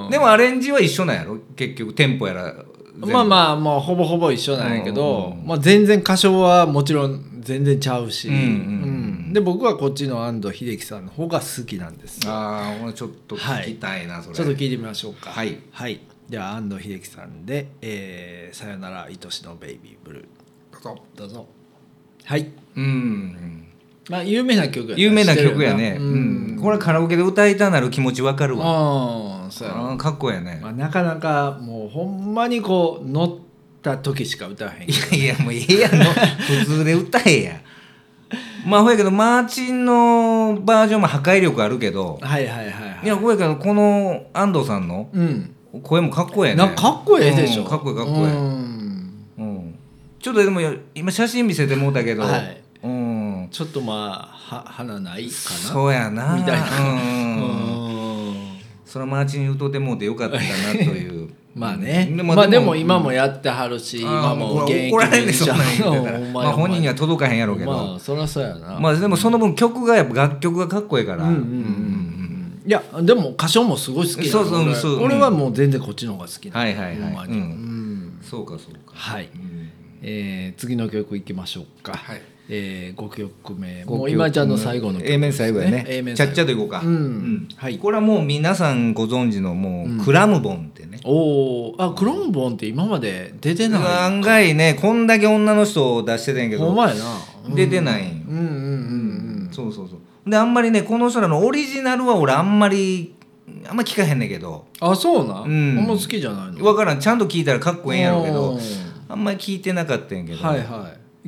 Speaker 2: うん
Speaker 1: でもアレンジは一緒なんやろ結局テンポやら
Speaker 2: まあまあもうほぼほぼ一緒なんやけ
Speaker 1: う
Speaker 2: ど
Speaker 1: ん、うんうん
Speaker 2: まあ、全然歌唱はもちろん全然ちゃうし、
Speaker 1: うんうんうん
Speaker 2: うんで僕はこっちの安藤秀樹さんの方が好きなんですちょっ
Speaker 1: ああ俺ちょっと聞きたいな、それ
Speaker 2: と聞いてみましょうか
Speaker 1: はい、
Speaker 2: はい、では安藤秀樹さんで「えーさよなら愛しのベイビーブルー
Speaker 1: どうぞ」
Speaker 2: どうぞはい
Speaker 1: うん
Speaker 2: まあ有名な曲や
Speaker 1: 有名な曲やね、
Speaker 2: 知って
Speaker 1: う
Speaker 2: るよなん
Speaker 1: これカラオケで歌いたなる気持ちわかるわ
Speaker 2: うんそうやな
Speaker 1: あーかっこええね
Speaker 2: まあ、なかなかもうほんまにこう乗った時しか歌わへん
Speaker 1: いやいやもうええやんの普通で歌えやまあほやけどマーチンのバージョンも破壊力あるけど
Speaker 2: はいはいはいはい
Speaker 1: いやほやけどこの安藤さんの
Speaker 2: うん
Speaker 1: 声もかっこええね
Speaker 2: なかっこええでしょ、
Speaker 1: うんかっこええかっこ
Speaker 2: う
Speaker 1: え
Speaker 2: ん
Speaker 1: え、うん、ちょっとでも今写真見せてもうたけど、
Speaker 2: はい
Speaker 1: うん
Speaker 2: ちょっとまあは花ないかな
Speaker 1: そうやな
Speaker 2: みたい
Speaker 1: うん
Speaker 2: うん
Speaker 1: そのマーチン歌うてもうてよかったなという
Speaker 2: まあね
Speaker 1: で
Speaker 2: まあでも今もやってはるし、
Speaker 1: あ
Speaker 2: 今
Speaker 1: ー
Speaker 2: も現役
Speaker 1: 怒られるそんなん 言うてたら
Speaker 2: うんほん
Speaker 1: ま
Speaker 2: まや
Speaker 1: あ
Speaker 2: ほ
Speaker 1: 本
Speaker 2: んまや
Speaker 1: 人には届かへんやろうけど、
Speaker 2: まあそりゃそうやな、
Speaker 1: まあでもその分曲がやっぱ楽曲がかっこいいから、
Speaker 2: うんうんうんうんいやでも歌唱もすごい好きなの
Speaker 1: そうそう
Speaker 2: 俺
Speaker 1: そううん
Speaker 2: 俺はもう全然こっちの方が好きなの
Speaker 1: はいはいはい
Speaker 2: ほんまに
Speaker 1: うん
Speaker 2: うん
Speaker 1: そうかそうか、
Speaker 2: はい
Speaker 1: うん
Speaker 2: えー次の曲いきましょうか、
Speaker 1: はい
Speaker 2: えー、5曲目
Speaker 1: 五曲目
Speaker 2: もう今ちゃんの最後の曲
Speaker 1: A 面最後やね
Speaker 2: A 面
Speaker 1: ちゃ
Speaker 2: 最後
Speaker 1: っちゃといこうか、
Speaker 2: うんはい
Speaker 1: これはもう皆さんご存知のもう、クラムボンってね
Speaker 2: おーあクロンボンって今まで出てな
Speaker 1: 案外ねこんだけ女の人を出してたんや
Speaker 2: い
Speaker 1: け
Speaker 2: ほん
Speaker 1: ど
Speaker 2: まやなうん
Speaker 1: 出てないんよ
Speaker 2: うんうんうん
Speaker 1: そうそうそうであんまりねこの人らのオリジナルは俺あんまりあんま聞かへんねんけど
Speaker 2: うんあそうな、
Speaker 1: うん
Speaker 2: あんま好きじゃないの
Speaker 1: 分からんちゃんと聞いたらかっこええんやろうけ
Speaker 2: う
Speaker 1: ど
Speaker 2: ん
Speaker 1: あんまり聞いてなかったんやけど、
Speaker 2: はいはい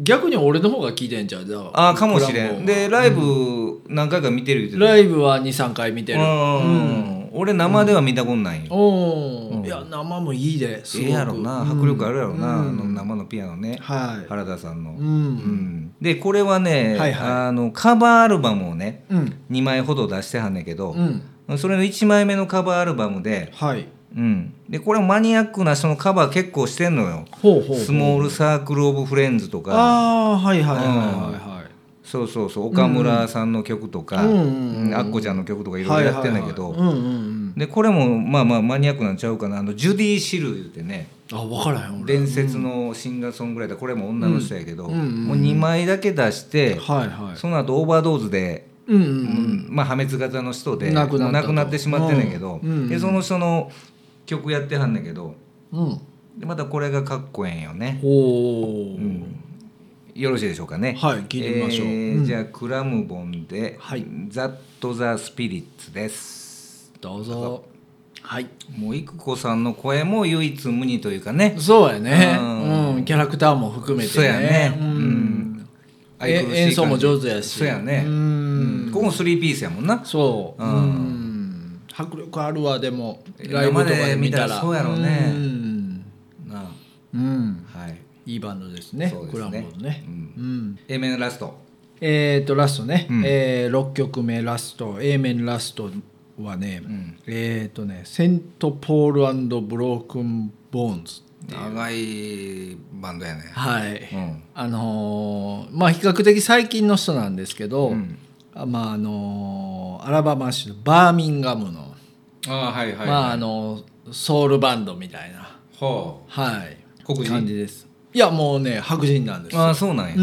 Speaker 2: 逆に俺の方が聞いてんじゃんだら
Speaker 1: ああかもしれ
Speaker 2: クロンボ
Speaker 1: ん
Speaker 2: ンは
Speaker 1: でライブ何回か見てる言うて
Speaker 2: ライブは23回見て
Speaker 1: た
Speaker 2: る
Speaker 1: うん俺生では見たことないよ、
Speaker 2: おー
Speaker 1: うん
Speaker 2: いや生もいいですご
Speaker 1: え
Speaker 2: く
Speaker 1: えやろな迫力あるやろな、
Speaker 2: うん
Speaker 1: あの生のピアノね、
Speaker 2: はい
Speaker 1: 原田さんの、
Speaker 2: う
Speaker 1: うんんでこれはね、
Speaker 2: はいはい
Speaker 1: あのカバーアルバムをね
Speaker 2: うん
Speaker 1: 2枚ほど出してはんねんけど
Speaker 2: う、ん
Speaker 1: それの1枚目のカバーアルバムで、
Speaker 2: はい
Speaker 1: うん、でこれマニアックな人のカバー結構してんのよ
Speaker 2: ほ
Speaker 1: 「
Speaker 2: うほう
Speaker 1: スモールサークル・オブ・フレンズ」とか
Speaker 2: ああはいはいはいはいはい
Speaker 1: そうそうそう岡村さんの曲とか、
Speaker 2: うんうんうん
Speaker 1: うんあっこちゃんの曲とかいろいろやってんだけど、
Speaker 2: はいはいはいうんうんうん
Speaker 1: でこれもまあまあマニアックなんちゃうかなあのジュディ・シル言うてね
Speaker 2: あ分からへん俺
Speaker 1: 伝説のシンガーソングライターこれも女の人やけど、
Speaker 2: うんうんうんうん
Speaker 1: もう2枚だけ出して、
Speaker 2: はいはい
Speaker 1: その後オーバードーズで、
Speaker 2: うん
Speaker 1: う
Speaker 2: う
Speaker 1: ん
Speaker 2: ん
Speaker 1: まあ、破滅型の人で
Speaker 2: 亡くなったと
Speaker 1: もう亡くなってしまってんねんけど、
Speaker 2: うんうん
Speaker 1: でその人の曲やってはんねんけど
Speaker 2: うんうん
Speaker 1: でまたこれがかっこええんよね、
Speaker 2: おお、
Speaker 1: うんよろしいでしょうかね
Speaker 2: はい聞いてみましょう
Speaker 1: えー
Speaker 2: うん
Speaker 1: じゃあクラムボンで「
Speaker 2: はい
Speaker 1: ザット・ザ・スピリッツ」です
Speaker 2: どうぞはい
Speaker 1: もう育子さんの声も唯一無二というかね
Speaker 2: そうやね
Speaker 1: う
Speaker 2: うんん、キャラクターも含めてね
Speaker 1: そうやね
Speaker 2: う
Speaker 1: うんん
Speaker 2: え
Speaker 1: 愛くるしい感じ
Speaker 2: 演奏も上手やし
Speaker 1: そうやね
Speaker 2: うん
Speaker 1: うんここもスリーピースやもんな
Speaker 2: そう、う
Speaker 1: うん
Speaker 2: ん、迫力あるわでも
Speaker 1: え
Speaker 2: ライブとかで見た
Speaker 1: 生で見た
Speaker 2: ら
Speaker 1: らそうやろうね
Speaker 2: うん、
Speaker 1: な
Speaker 2: うん
Speaker 1: あはい
Speaker 2: いいバンドですね
Speaker 1: そうですね
Speaker 2: クラモンね、
Speaker 1: う
Speaker 2: うんん
Speaker 1: A 面ラスト
Speaker 2: えっ、とラストね、
Speaker 1: うん
Speaker 2: えー、6曲目ラスト A 面ラストはね、
Speaker 1: ん
Speaker 2: えっ、とね「セント・ポールブロークン・ボーンズ」
Speaker 1: 長いバンドやね
Speaker 2: はい、
Speaker 1: うん
Speaker 2: あのーまあ比較的最近の人なんですけど、
Speaker 1: うん
Speaker 2: あまああのーアラバマ州のバーミンガムの、
Speaker 1: ああはいはいはい
Speaker 2: まああのソウルバンドみたいな、
Speaker 1: ほ
Speaker 2: はい、
Speaker 1: 黒人
Speaker 2: 感じですいやもうね白人なんです
Speaker 1: う
Speaker 2: よ
Speaker 1: ああそうなんや
Speaker 2: う
Speaker 1: お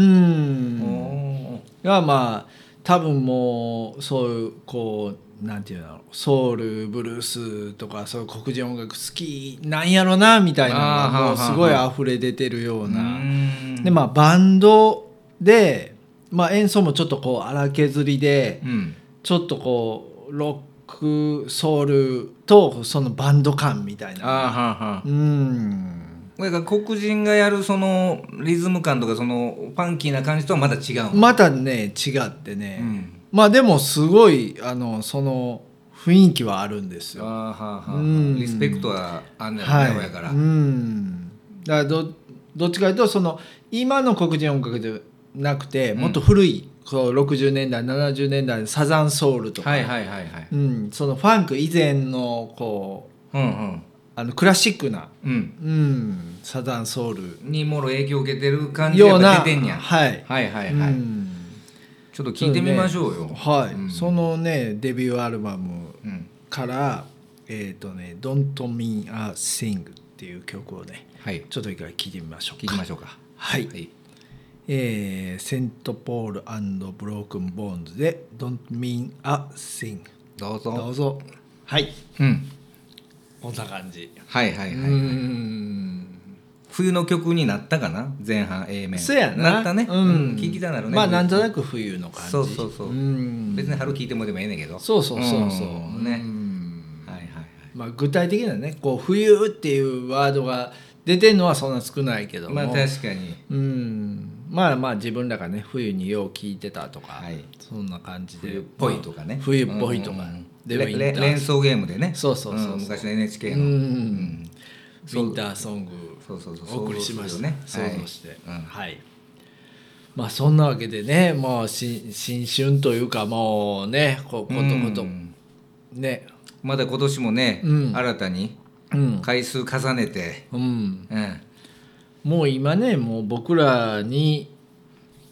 Speaker 1: ー
Speaker 2: んがまあ多分もうそういうこうなんていうのソウルブルースとかそういう黒人音楽好きなんやろなみたいなの
Speaker 1: あーは
Speaker 2: がも
Speaker 1: あ
Speaker 2: う
Speaker 1: はあ
Speaker 2: すごい溢れ出てるよう
Speaker 1: う
Speaker 2: な。
Speaker 1: ん
Speaker 2: でまあバンドで、まあ、演奏もちょっとこう荒削りで
Speaker 1: うん
Speaker 2: ちょっとこうロックソウルとそのバンド感みたい
Speaker 1: あ
Speaker 2: な
Speaker 1: あはあはあ
Speaker 2: うん
Speaker 1: これが黒人がやるそのリズム感とかそのファンキーな感じとはまた違うの
Speaker 2: またね違ってね、
Speaker 1: うん
Speaker 2: まあでもすごいあのその雰囲気はあるんです
Speaker 1: あー
Speaker 2: よ。
Speaker 1: はーは
Speaker 2: う
Speaker 1: ー
Speaker 2: ん
Speaker 1: リスペクトはあんねん
Speaker 2: はい、
Speaker 1: やから、
Speaker 2: うんだからどどっちかというとその今の黒人音楽でなくて
Speaker 1: うん
Speaker 2: もっと古い、こう60年代70年代のサザンソウルとか、
Speaker 1: はいはいはいはい
Speaker 2: うん、そのファンク以前のこう
Speaker 1: うん
Speaker 2: あのクラシックな、
Speaker 1: うん
Speaker 2: うん、サザンソウル
Speaker 1: うんにもろ影響を受けてる感じ
Speaker 2: ような
Speaker 1: が出てんや
Speaker 2: はい
Speaker 1: はいはいはい、
Speaker 2: うん
Speaker 1: ちょっと聞いてみましょうよ
Speaker 2: そねはい、
Speaker 1: うん
Speaker 2: そのねデビューアルバム
Speaker 1: うん
Speaker 2: から「えっ、とね Don't Mean a Thing」っていう曲をね
Speaker 1: はい
Speaker 2: ちょっと一回聴いてみましょう
Speaker 1: 聞
Speaker 2: か
Speaker 1: きましょうか
Speaker 2: はい、
Speaker 1: はい
Speaker 2: えーセントポールブロークンボーンズで「Don't Mean a Thing
Speaker 1: どう」ぞ
Speaker 2: どうぞはい
Speaker 1: うん
Speaker 2: こんな感じ、
Speaker 1: はいはいはい、
Speaker 2: うん
Speaker 1: 冬の曲になったかな前半 A 面
Speaker 2: そうやな。
Speaker 1: なったね
Speaker 2: うん
Speaker 1: ん、聞きたなるね
Speaker 2: まあなんと
Speaker 1: な
Speaker 2: なく冬の感じ。
Speaker 1: そうそうそう
Speaker 2: うん
Speaker 1: 別に春聞いてもでもええねんけど
Speaker 2: そうそうそうそう。
Speaker 1: んね、
Speaker 2: うん
Speaker 1: はいはいはい
Speaker 2: まあ具体的なね、こう冬っていうワードが出てるのはそんな少ないけども。
Speaker 1: まあ確かに
Speaker 2: うん。まあまあ自分らがね冬によう聞いてたとか、
Speaker 1: はい
Speaker 2: そんな感じで。
Speaker 1: 冬っぽいとかね、
Speaker 2: まあ冬っぽいとか。
Speaker 1: うんうん
Speaker 2: で
Speaker 1: れ
Speaker 2: ウィ
Speaker 1: れ
Speaker 2: ンター
Speaker 1: 連想ゲームでね
Speaker 2: そうそうそうそうん
Speaker 1: 昔の NHK
Speaker 2: う
Speaker 1: の、
Speaker 2: ん
Speaker 1: うん
Speaker 2: ウィンターソング
Speaker 1: そうそうそう
Speaker 2: お送りしましたね
Speaker 1: 想像するよね
Speaker 2: 想像して
Speaker 1: は
Speaker 2: はいい、
Speaker 1: うん
Speaker 2: まあそんなわけでねもう新新春というかもうねこうことこと、
Speaker 1: うん
Speaker 2: ね
Speaker 1: まだ今年もね、
Speaker 2: うん
Speaker 1: 新たに
Speaker 2: うん、
Speaker 1: 回数重ねて、
Speaker 2: うん、
Speaker 1: うん、
Speaker 2: もう今ねもう僕らに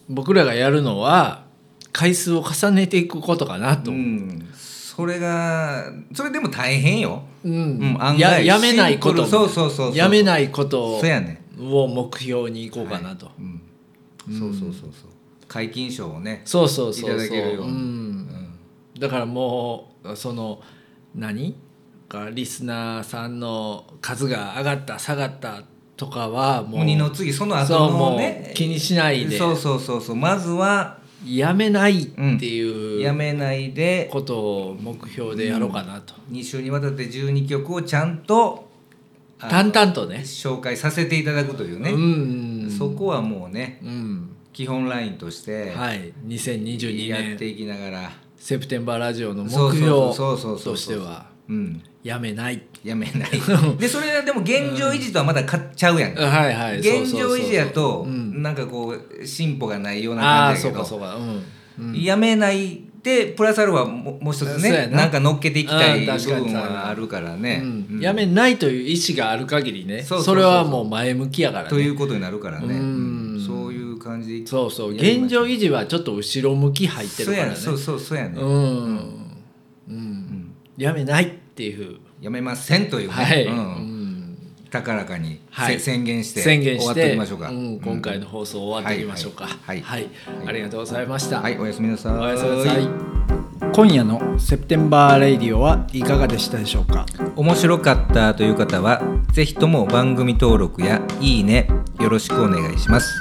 Speaker 2: 僕らがやるのは回数を重ねていくことかなと、
Speaker 1: う
Speaker 2: うん
Speaker 1: ん、それがそれでも大変ようん案外
Speaker 2: ややめないこ
Speaker 1: シンプ
Speaker 2: と
Speaker 1: ルそうそうそうそう
Speaker 2: やめないことを
Speaker 1: そうやね
Speaker 2: 目標にいこうかなと、
Speaker 1: うん、そうそうそうそう解禁賞をね
Speaker 2: そうそうそう
Speaker 1: いた
Speaker 2: そう
Speaker 1: だけるように
Speaker 2: んだからもうその何かリスナーさんの数が上がった下がったとかはもう
Speaker 1: 鬼の次その
Speaker 2: そ
Speaker 1: 後
Speaker 2: うも
Speaker 1: の
Speaker 2: う
Speaker 1: ね
Speaker 2: 気にしないで
Speaker 1: そうそうそうそうまずは
Speaker 2: やめないってい
Speaker 1: や
Speaker 2: う
Speaker 1: めないで
Speaker 2: ことを目標でやろうかなと、
Speaker 1: 2週にわたって12曲をちゃんとあの
Speaker 2: 淡々とね
Speaker 1: 紹介させていただくという
Speaker 2: う
Speaker 1: ね、
Speaker 2: ん
Speaker 1: そこはもうね
Speaker 2: うん
Speaker 1: 基本ラインとして
Speaker 2: はい2022
Speaker 1: やって
Speaker 2: 年
Speaker 1: いきながら、
Speaker 2: セプテンバーラジオの目
Speaker 1: そう
Speaker 2: 標
Speaker 1: そうそうそうそうそう
Speaker 2: としては
Speaker 1: うん、
Speaker 2: やめない
Speaker 1: やめ ないでそれはでも現状維持とはまだ買っちゃうやん、
Speaker 2: はいはいそう
Speaker 1: 現
Speaker 2: そう
Speaker 1: 状
Speaker 2: そうそう
Speaker 1: 維持やと、
Speaker 2: うん
Speaker 1: なんかこう進歩がないような
Speaker 2: ああ
Speaker 1: 感
Speaker 2: ー
Speaker 1: じ
Speaker 2: そ
Speaker 1: や
Speaker 2: う
Speaker 1: け
Speaker 2: か
Speaker 1: ど
Speaker 2: そうかうんうん
Speaker 1: やめないでプラスアルファももう一つ
Speaker 2: そう
Speaker 1: ね
Speaker 2: やな
Speaker 1: なんか乗っけていきたい
Speaker 2: うん
Speaker 1: 部
Speaker 2: 確かに
Speaker 1: 分はあるからね、
Speaker 2: うん
Speaker 1: うん
Speaker 2: やめないという意思がある限りね
Speaker 1: そうそうそう
Speaker 2: それはもう前向きやからね
Speaker 1: ということになるからね、
Speaker 2: うん
Speaker 1: そういう感じで
Speaker 2: そうそう
Speaker 1: やりま
Speaker 2: 現状維持はちょっと後ろ向き入ってる
Speaker 1: そう
Speaker 2: から
Speaker 1: や
Speaker 2: ね
Speaker 1: ねそうそうそうやね、
Speaker 2: うん、うんやめないっていう
Speaker 1: やめませんというね、
Speaker 2: はい、
Speaker 1: う
Speaker 2: うんん
Speaker 1: 高らかに、
Speaker 2: は
Speaker 1: せ
Speaker 2: い
Speaker 1: 宣言して
Speaker 2: 宣言
Speaker 1: 終わ
Speaker 2: し
Speaker 1: ってい
Speaker 2: て
Speaker 1: きましょうか、
Speaker 2: うん、今回の放送終わっていきましょうか
Speaker 1: はいはい
Speaker 2: はいありがとうございました、
Speaker 1: はいおやすみなさ
Speaker 2: おやすみなさい今夜の「セプテンバー・レイディオ」はいかがでしたでしょうか
Speaker 1: 面白かったという方はぜひとも番組登録やいいねよろしくお願いします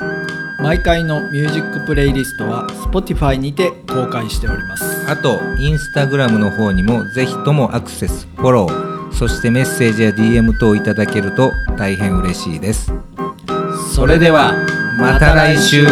Speaker 2: 毎回のミュージックプレイリストは Spotify にて公開しております
Speaker 1: あとインスタグラムの方にもぜひともアクセスフォローそしてメッセージや DM 等いただけると大変嬉しいです
Speaker 2: それでは
Speaker 1: また来週